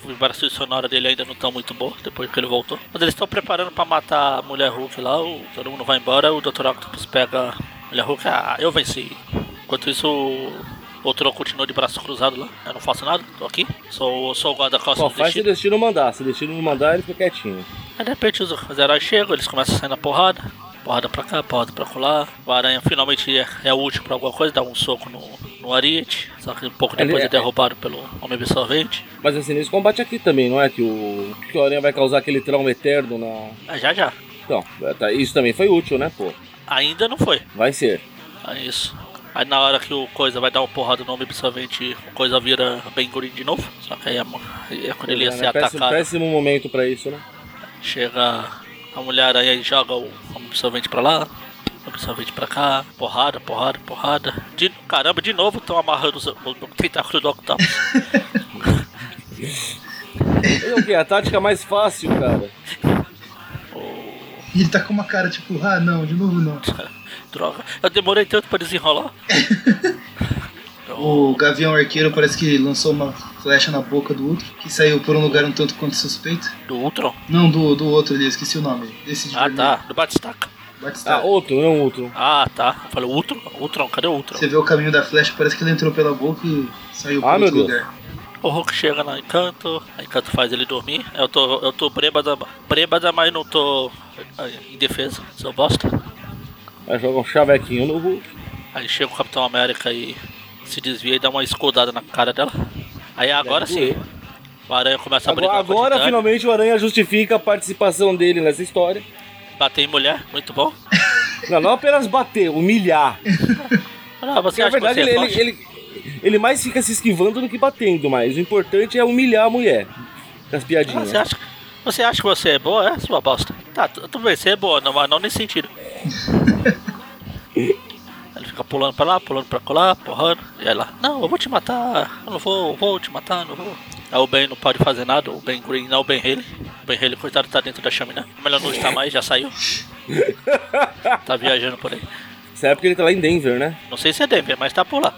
S1: Os vibrações sonoras dele ainda não estão muito boas depois que ele voltou. Mas eles estão preparando pra matar a mulher Hulk lá, o, todo mundo vai embora, o Dr. Octopus pega a mulher Hulk, ah, eu venci. Enquanto isso, o Tron continua de braço cruzado lá. Eu não faço nada, tô aqui. Sou, sou o guarda-costas
S2: Só
S1: do
S2: faz se o
S1: destino.
S2: destino mandar. Se o destino não mandar, ele fica quietinho.
S1: Aí de repente os, os heróis chegam, eles começam a sair na porrada. Porrada pra cá, porrada pra colar. O Aranha finalmente é, é útil pra alguma coisa, dá um soco no, no Ariete. Só que um pouco
S2: Ele
S1: depois
S2: é-
S1: é derrubado pelo Homem Absorvente.
S2: Mas assim, nesse combate aqui também, não é? Que o, que o Aranha vai causar aquele trauma eterno na.
S1: Ah, já já.
S2: Então, é, tá, isso também foi útil, né, pô?
S1: Ainda não foi.
S2: Vai ser.
S1: É isso. Aí na hora que o Coisa vai dar uma porrada no homem absorvente, o Coisa vira bem guri de novo. Só que aí é, mo- aí é quando ele ia
S2: É,
S1: ser
S2: né, péssimo,
S1: atacado.
S2: péssimo momento pra isso, né?
S1: Chega a mulher aí e joga o homem absorvente pra lá, o absorvente pra cá, porrada, porrada, porrada. De, caramba, de novo estão amarrando os, os, os tentáculos do Octopus.
S2: É o quê? A tática mais fácil, cara.
S4: E ele tá com uma cara tipo, ah não, de novo não.
S1: Droga, eu demorei tanto pra desenrolar.
S4: O Gavião Arqueiro parece que lançou uma flecha na boca do outro, que saiu por um lugar um tanto quanto suspeito.
S1: Do Ultron.
S4: Não, do, do outro ali, eu esqueci o nome. Desse de
S1: Ah
S4: vermelho.
S1: tá, do Batistaca.
S4: Batista.
S2: Ah, outro, não outro.
S1: Ah tá, eu falei Ultron, Ultron, cadê o Ultron?
S4: Você vê o caminho da flecha, parece que ele entrou pela boca e saiu por
S2: Ah, meu
S4: outro
S2: Deus.
S4: lugar.
S1: O Hulk chega no encanto, a encanto faz ele dormir. Eu tô, eu tô brêbada, brêbada, mas não tô eh, em defesa, sou bosta.
S2: Aí joga um chavequinho no Hulk.
S1: Aí chega o Capitão América e se desvia e dá uma escudada na cara dela. Aí agora sim,
S2: doer.
S1: o Aranha começa a
S2: Agora,
S1: brigar com a
S2: agora,
S1: Titânia,
S2: finalmente, o Aranha justifica a participação dele nessa história.
S1: bater em mulher, muito bom.
S2: Não, não apenas bater, humilhar.
S1: Ah, você
S2: Porque, na
S1: acha
S2: verdade,
S1: que você
S2: ele,
S1: é
S2: ele,
S1: forte?
S2: ele- ele mais fica se esquivando do que batendo, mas o importante é humilhar a mulher. Com as
S1: Ah,
S2: piadinhas.
S1: você, acha, você acha que você é boa? É, sua bosta. Tá, tu- tudo bem, você é boa, não, mas não nesse sentido. Ele fica pulando pra lá, pulando pra colar, porrando. E aí lá, não, eu vou te matar, eu não vou, eu vou te matar, não vou. Aí o Ben não pode fazer nada, o Ben Green, não, o Ben Haley. O Ben Haley, coitado, tá dentro da chaminé. Melhor não estar mais, já saiu. tá viajando por aí.
S2: Essa época ele tá lá em Denver, né?
S1: Não sei se é Denver, mas tá por lá.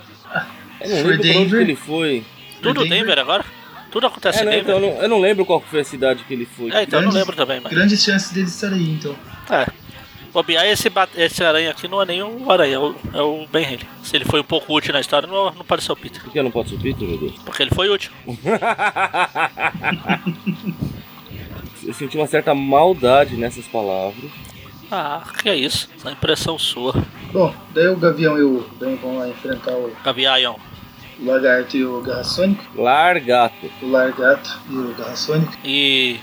S2: Eu não
S4: Foi
S2: lembro pra onde
S4: Denver?
S2: que ele foi.
S1: Tudo
S4: Denver?
S1: Denver, agora? Tudo acontece
S2: É,
S1: em
S2: né, então,
S1: Denver?
S2: eu, não, eu não lembro qual foi a cidade que ele foi.
S1: É, então eu não
S4: Grandes-
S1: lembro também, mas...
S4: Grandes chances dele estar aí, então.
S1: É. Bobear esse, ba- esse aranha aqui não é nenhum aranha, é o, é o Ben Haley. Se ele foi um pouco útil na história, não, não pareceu o Peter.
S2: Por que eu não posso subir, meu Deus?
S1: Porque ele foi útil.
S2: Eu senti uma certa maldade nessas palavras.
S1: Ah, que é isso. Essa impressão sua.
S4: Bom, daí o Gavião e o Ben vão lá enfrentar o
S1: Gavião.
S4: Lagarto e o Garra Sônico,
S2: Largato.
S4: o Largato e o Garra Sônico.
S1: E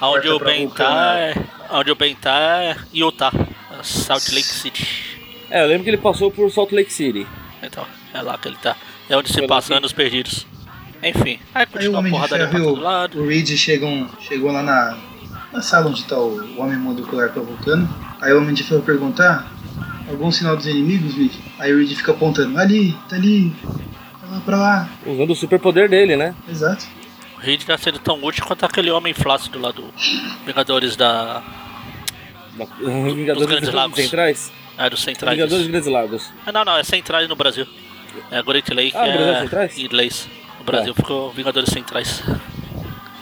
S1: aonde
S4: Corta
S1: o
S4: pra
S1: Ben
S4: Vulcão,
S1: tá
S4: né?
S1: é. Onde o Ben tá é Utah. Salt Lake City.
S2: É, eu lembro que ele passou por Salt Lake City.
S1: Então, é lá que ele tá. É onde se
S2: Pelo
S1: passam
S2: fim.
S1: anos perdidos. Enfim, aí
S4: Aí o
S1: continua a
S4: Homem de
S1: porrada ali pra
S4: Ferro e
S1: todo lado.
S4: o, o Reed chegam, chegou lá na, na sala onde tá o, o Homem Molecular provocando. Aí o Homem de Ferro perguntar algum sinal dos inimigos, Reed? Aí o Reed fica apontando, ali, tá ali, tá lá pra lá.
S2: Usando o superpoder dele, né?
S4: Exato.
S1: O Reed tá sendo tão útil quanto aquele homem flácido lá do Vingadores da.
S2: Da- Vingadores
S1: Grandes Lagos.
S2: Centrais?
S1: Ah, do Central.
S2: Vingadores Grandes Lagos.
S1: Ah, não, não, é Centrais no Brasil. É Great Lake,
S2: Ah, no Brasil é
S1: é
S2: Centrais? É.
S1: inglês. No Brasil ficou Vingadores Centrais.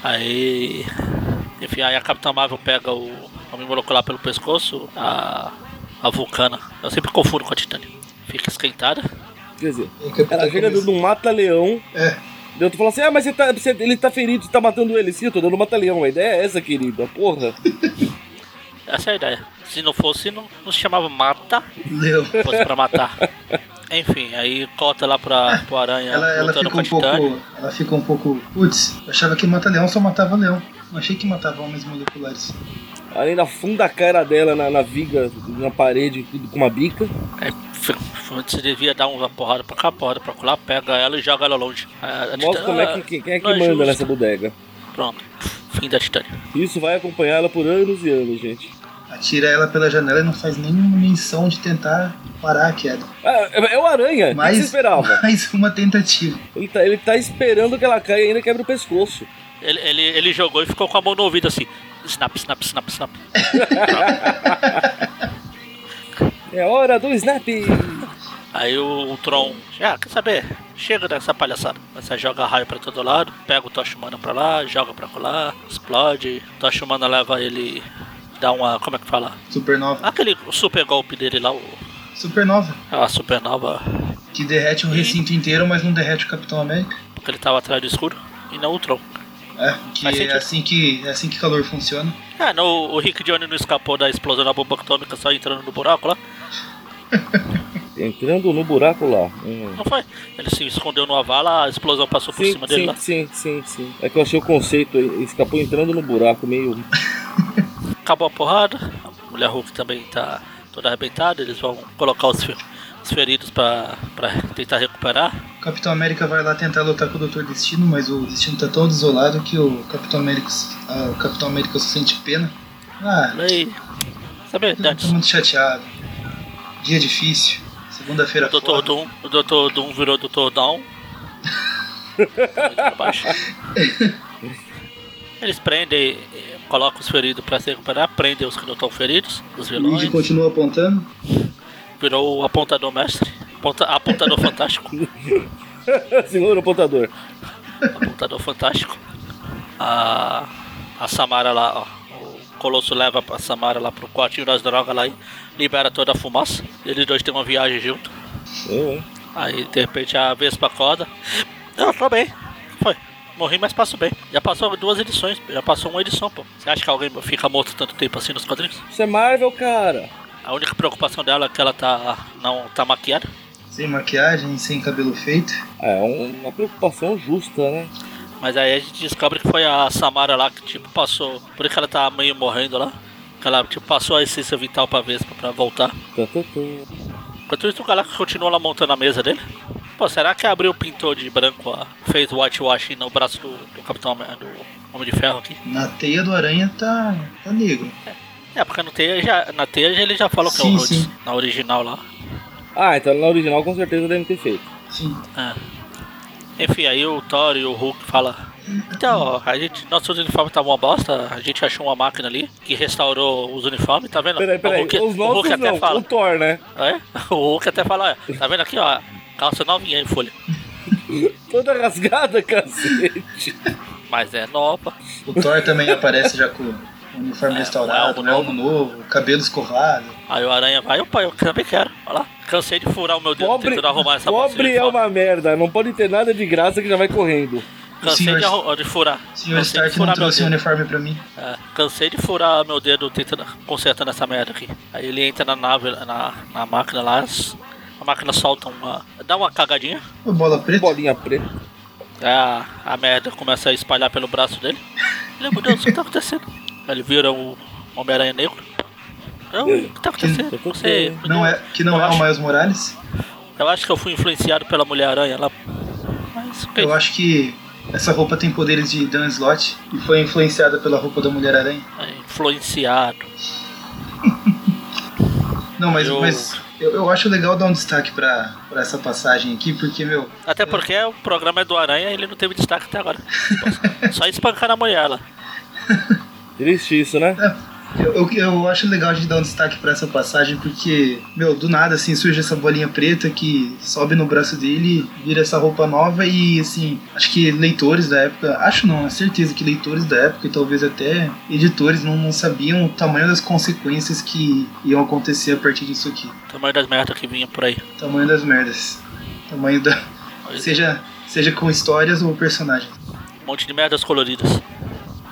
S1: Aí. Enfim, aí a Capitã Marvel pega o Homem Molecular pelo pescoço, a, a Vulcana. Eu sempre confundo com a Titânia. Fica esquentada.
S2: Quer dizer,
S4: E o Capitão
S2: ela chega
S4: começa-
S2: dentro de um mata-leão.
S4: É,
S2: daí Eu tô falando assim, ah, mas você tá, você- ele tá ferido, você tá matando ele. Sim, eu tô dando um mata-leão. A ideia é essa, querida. Porra.
S1: Essa é a ideia. Se não fosse, não, não se chamava Mata,
S4: Leu.
S1: fosse pra matar. Enfim, aí corta lá pra, pro Aranha
S4: Ela, ela
S1: lutando
S4: fica
S1: com a
S4: um pouco.
S1: Titânia.
S4: Ela fica um pouco. Putz, eu achava que mata leão só matava leão. Não achei que matava homens moleculares.
S2: Além da funda a cara dela na, na viga, na parede, tudo com uma bica.
S1: Aí, f- f- você devia dar uma porrada pra cá, porrada pra lá, pega ela e joga ela longe. A- a
S2: Mostra
S1: Titânia-
S2: como é que, quem- quem é que
S1: não
S2: manda
S1: justo.
S2: nessa bodega.
S1: Pronto, fim da Titânia.
S2: Isso vai acompanhar ela por anos e anos, gente.
S4: Atira ela pela janela e não faz nenhuma menção de tentar parar a queda.
S2: Ah, é é o Aranha, o que
S4: Mais,
S2: você esperava?
S4: mais uma tentativa.
S2: Ele tá, ele tá esperando que ela caia e ainda quebra o pescoço.
S1: Ele, ele, ele jogou e ficou com a mão no ouvido assim. Snap, snap, snap, snap.
S2: É hora do snap!
S1: Aí o, o Tron, já quer saber? Chega dessa palhaçada. Você joga raio pra todo lado, pega o Tocha Humana pra lá, joga pra lá, explode. Tocha Humana leva ele, dá uma. Como é que fala?
S4: Supernova.
S1: Aquele super golpe dele lá, o,
S4: Supernova.
S1: a supernova,
S4: Que derrete o recinto inteiro, mas não derrete o Capitão América.
S1: porque ele tava atrás do escuro, e não o Tron.
S4: É, que
S1: Faz
S4: é
S1: sentido.
S4: assim que, é assim que calor funciona.
S1: Ah, não, o Rick Johnny não escapou da explosão da bomba atômica só entrando no buraco lá,
S2: Entrando no buraco lá. Hum.
S1: não foi? Ele se escondeu numa vala, a explosão passou por
S2: Sim,
S1: cima dele
S2: sim,
S1: lá.
S2: sim, sim, sim. É que eu achei o conceito, ele escapou entrando no buraco, meio.
S1: Acabou a porrada, a mulher Hulk também tá toda arrebentada, eles vão colocar os, fe- os feridos pra, pra tentar recuperar.
S4: O Capitão América vai lá tentar lutar com o Dr. Destino, mas o Destino tá tão desolado que o Capitão América, ah, o Capitão América só sente pena. Ah,
S1: Aí, sabe, né?
S4: eu tô
S1: Dantes,
S4: muito chateado. Dia difícil. Segunda-feira
S1: o Dr.
S4: foda.
S1: Doom, o Dr. Doom virou Dr. Down. Muito pra baixo. Eles prendem, eh, colocam os feridos pra se recuperar, prendem os que não estão feridos, os
S4: O Luigi
S1: vilões.
S4: continua apontando.
S1: Virou o apontador mestre, aponta- apontador fantástico.
S2: Senhor apontador.
S1: Computador fantástico. A, a Samara lá, ó. O Colosso leva a Samara lá pro quartinho das drogas lá e libera toda a fumaça. Eles dois têm uma viagem junto.
S2: Eu, hein?
S1: Aí de repente a Vespa acorda. Não, tô bem. Foi. Morri, mas passo bem. Já passou duas edições, já passou uma edição, pô. Você acha que alguém fica morto tanto tempo assim nos quadrinhos?
S2: Isso é Marvel, cara!
S1: A única preocupação dela é que ela tá. não tá maquiada.
S4: Sem maquiagem, sem cabelo feito.
S2: É um- uma preocupação justa, né?
S1: Mas aí a gente descobre que foi a Samara lá que, tipo, passou. Por isso que ela tá meio morrendo lá. Que ela, tipo, passou a essência vital pra Vespa pra voltar.
S2: Tã, tã, tã.
S1: Enquanto isso, o Galactus continua lá montando a mesa dele. Pô, será que abriu o pintor de branco, ó, fez whitewashing no braço do, do Capitão Am- do Homem de Ferro aqui?
S4: Na teia do aranha tá, tá negro.
S1: É, porque no teia já, na teia ele já falou que é o
S4: Sim,
S1: Rhodes,
S4: sim.
S1: na original lá.
S2: Ah, então na original com certeza deve ter feito.
S4: Sim.
S1: É. Ah. Enfim, aí o Thor e o Hulk falam. Então, ó, a gente, nossos uniformes estavam uma bosta, a gente achou uma máquina ali que restaurou os uniformes, tá vendo?
S2: Peraí, peraí,
S1: o Hulk,
S2: os
S1: o
S2: nossos
S1: Hulk até
S2: não,
S1: fala.
S2: o Thor, né?
S1: É? O Hulk até fala, ó, tá vendo aqui, ó, calça novinha em folha.
S2: Toda rasgada, cacete.
S1: Mas é nova.
S4: O Thor também aparece já com o uniforme
S1: É,
S4: restaurado,
S1: um
S4: um
S1: elmo
S4: elmo novo, cabelo escovado.
S1: Aí o Aranha vai, opa, eu também quero. Olha lá, cansei de furar o meu dedo
S2: Pobre,
S1: tentando arrumar essa bosta de
S2: pobre é
S1: uniforme.
S2: uma merda, não pode ter nada de graça que já vai correndo.
S1: Cansei de,
S4: Senhor-
S1: arru- de furar.
S4: O senhor
S1: cansei de
S4: Stark não
S1: furar meu
S4: trouxe
S1: dedo.
S4: um uniforme pra mim.
S1: É, cansei de furar meu dedo tentando consertando essa merda aqui. Aí ele entra na nave, na, na máquina lá, as- a máquina solta uma. dá uma cagadinha.
S4: Ô, bola preta.
S2: Bolinha preta.
S1: A, a merda começa a espalhar pelo braço dele. Ele, meu Deus, o que tá acontecendo? Aí Ele vira o Homem-Aranha Negro. Não, o que tá acontecendo? Você.
S4: Não é, que não
S1: eu
S4: é o
S1: acho,
S4: Miles Morales.
S1: Eu acho que eu fui influenciado pela Mulher-Aranha lá. Mas, ok.
S4: Eu acho que essa roupa tem poderes de Dan Slott e foi influenciada pela roupa da Mulher-Aranha.
S1: É, influenciado.
S4: Não, mas
S1: Eu-
S4: eu, mas eu, eu acho legal dar um destaque pra, pra essa passagem aqui, porque, meu,
S1: Até porque o programa é do Aranha e ele não teve destaque até agora. Só espancar a mulher lá.
S2: Triste isso, né?
S4: eu, eu, eu acho legal a gente dar um destaque pra essa passagem, porque, meu, do nada, assim, surge essa bolinha preta que sobe no braço dele, vira essa roupa nova e, assim, acho que leitores da época, acho não, é certeza que leitores da época e talvez até editores não, não sabiam o tamanho das consequências que iam acontecer a partir disso aqui.
S1: O tamanho das merdas que vinha por aí.
S4: Tamanho das merdas. Tamanho da. Seja, seja com histórias ou personagens.
S1: Um monte de merdas coloridas.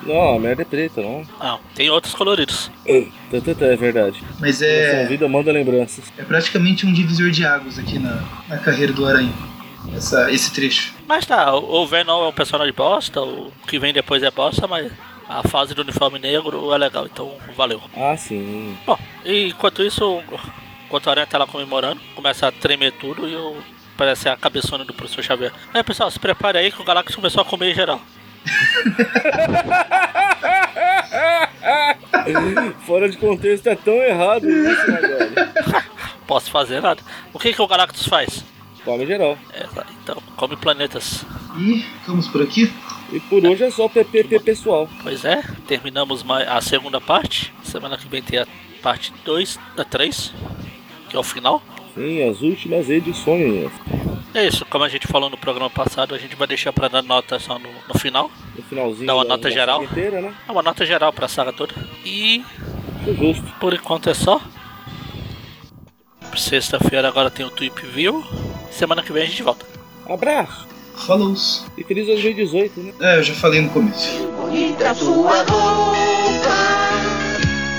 S2: Não, a merda é preta, não.
S1: Ah, tem outros coloridos.
S2: Tã, tã, tã, é verdade.
S4: Mas
S2: Coração,
S4: é,
S2: vida manda lembranças.
S4: é praticamente um divisor de águas aqui na, na carreira do Aranha. Essa, esse trecho.
S1: Mas tá, o o Venom é um personagem bosta, o que vem depois é bosta, mas a fase do uniforme negro é legal, então valeu.
S2: Ah, sim.
S1: Bom, e enquanto isso, enquanto a Aranha tá lá comemorando, começa a tremer tudo e eu parece a cabeçona do professor Xavier. É pessoal, se prepare aí que o Galactus começou a comer em geral.
S2: Fora de contexto é tão errado isso, né, velho?
S1: Posso fazer nada. O que, que o Galactus faz?
S2: Come geral.
S1: É, tá, então, come planetas.
S4: E ficamos por aqui.
S2: E por hoje é só PPP pessoal.
S1: Pois é, terminamos mai- a segunda parte. Semana que vem tem a parte 2, da 3, que é o final.
S2: Sim, as últimas edições.
S1: É isso, como a gente falou no programa passado, a gente vai deixar pra dar nota só no, no final.
S2: No finalzinho.
S1: Dá uma
S2: da-
S1: nota
S2: da
S1: geral?
S2: saga Inteira, né?
S1: É uma nota geral pra saga toda. E
S2: Acho Justo.
S1: por enquanto é só. Sexta-feira agora tem o Tweep View. Semana que vem a gente volta.
S2: Abraço
S4: Falou!
S2: e feliz 2018, né?
S4: É, eu já falei no começo.
S5: bonita sua roupa,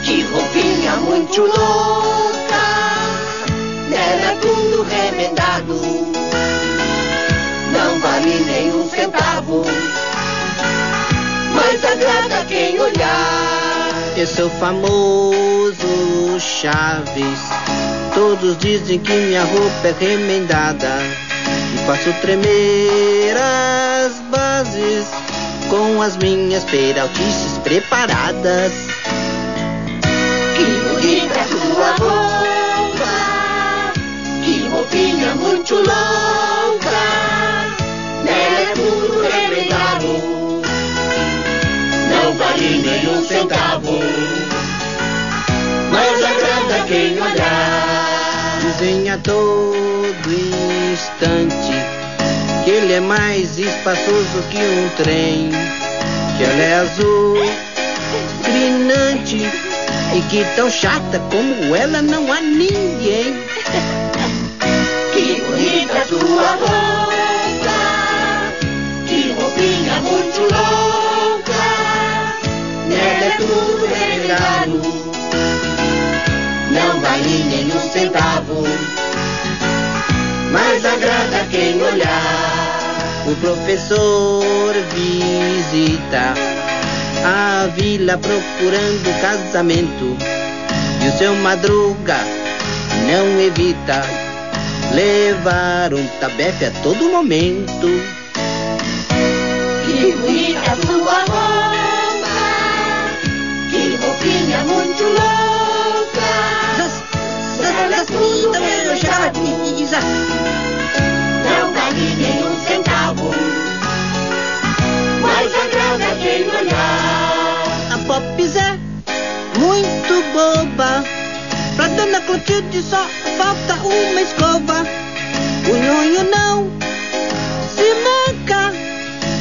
S5: que roupinha muito louca, nela tudo remendado, não vale nem um centavo, mas agrada quem olhar.
S6: Eu sou famoso Chaves. Todos dizem que minha roupa é remendada. E faço tremer as bases com as minhas peraltices preparadas.
S5: Que bonita é sua roupa, que roupinha muito louca, nela é tudo remendado, não vale nem um centavo, mas agrada quem olhar.
S6: Dizem a todo instante que ele é mais espaçoso que um trem, que ela é azul, grinante e que tão chata como ela não há ninguém.
S5: Que bonita sua roupa, que roupinha muito louca, nela é tudo regado, não vale nem um centavo, mas agrada quem olhar.
S6: O professor visita a vila procurando casamento e o seu madruga não evita levar um tabefe a todo momento.
S5: Que bonita sua roupa, que roupinha muito louca, elas tudo elogiadas. não vale nenhum centavo. Mas agrada quem olhar.
S6: A Pops é muito boba. Pra Dona Clotilde só falta uma escova. O nhonho não se manca.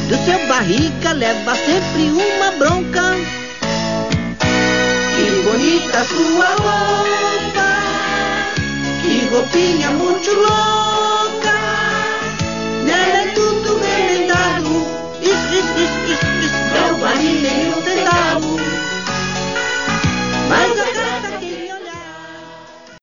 S6: Do seu barriga leva sempre uma bronca.
S5: Que bonita sua roupa, que roupinha muito louca.
S6: é um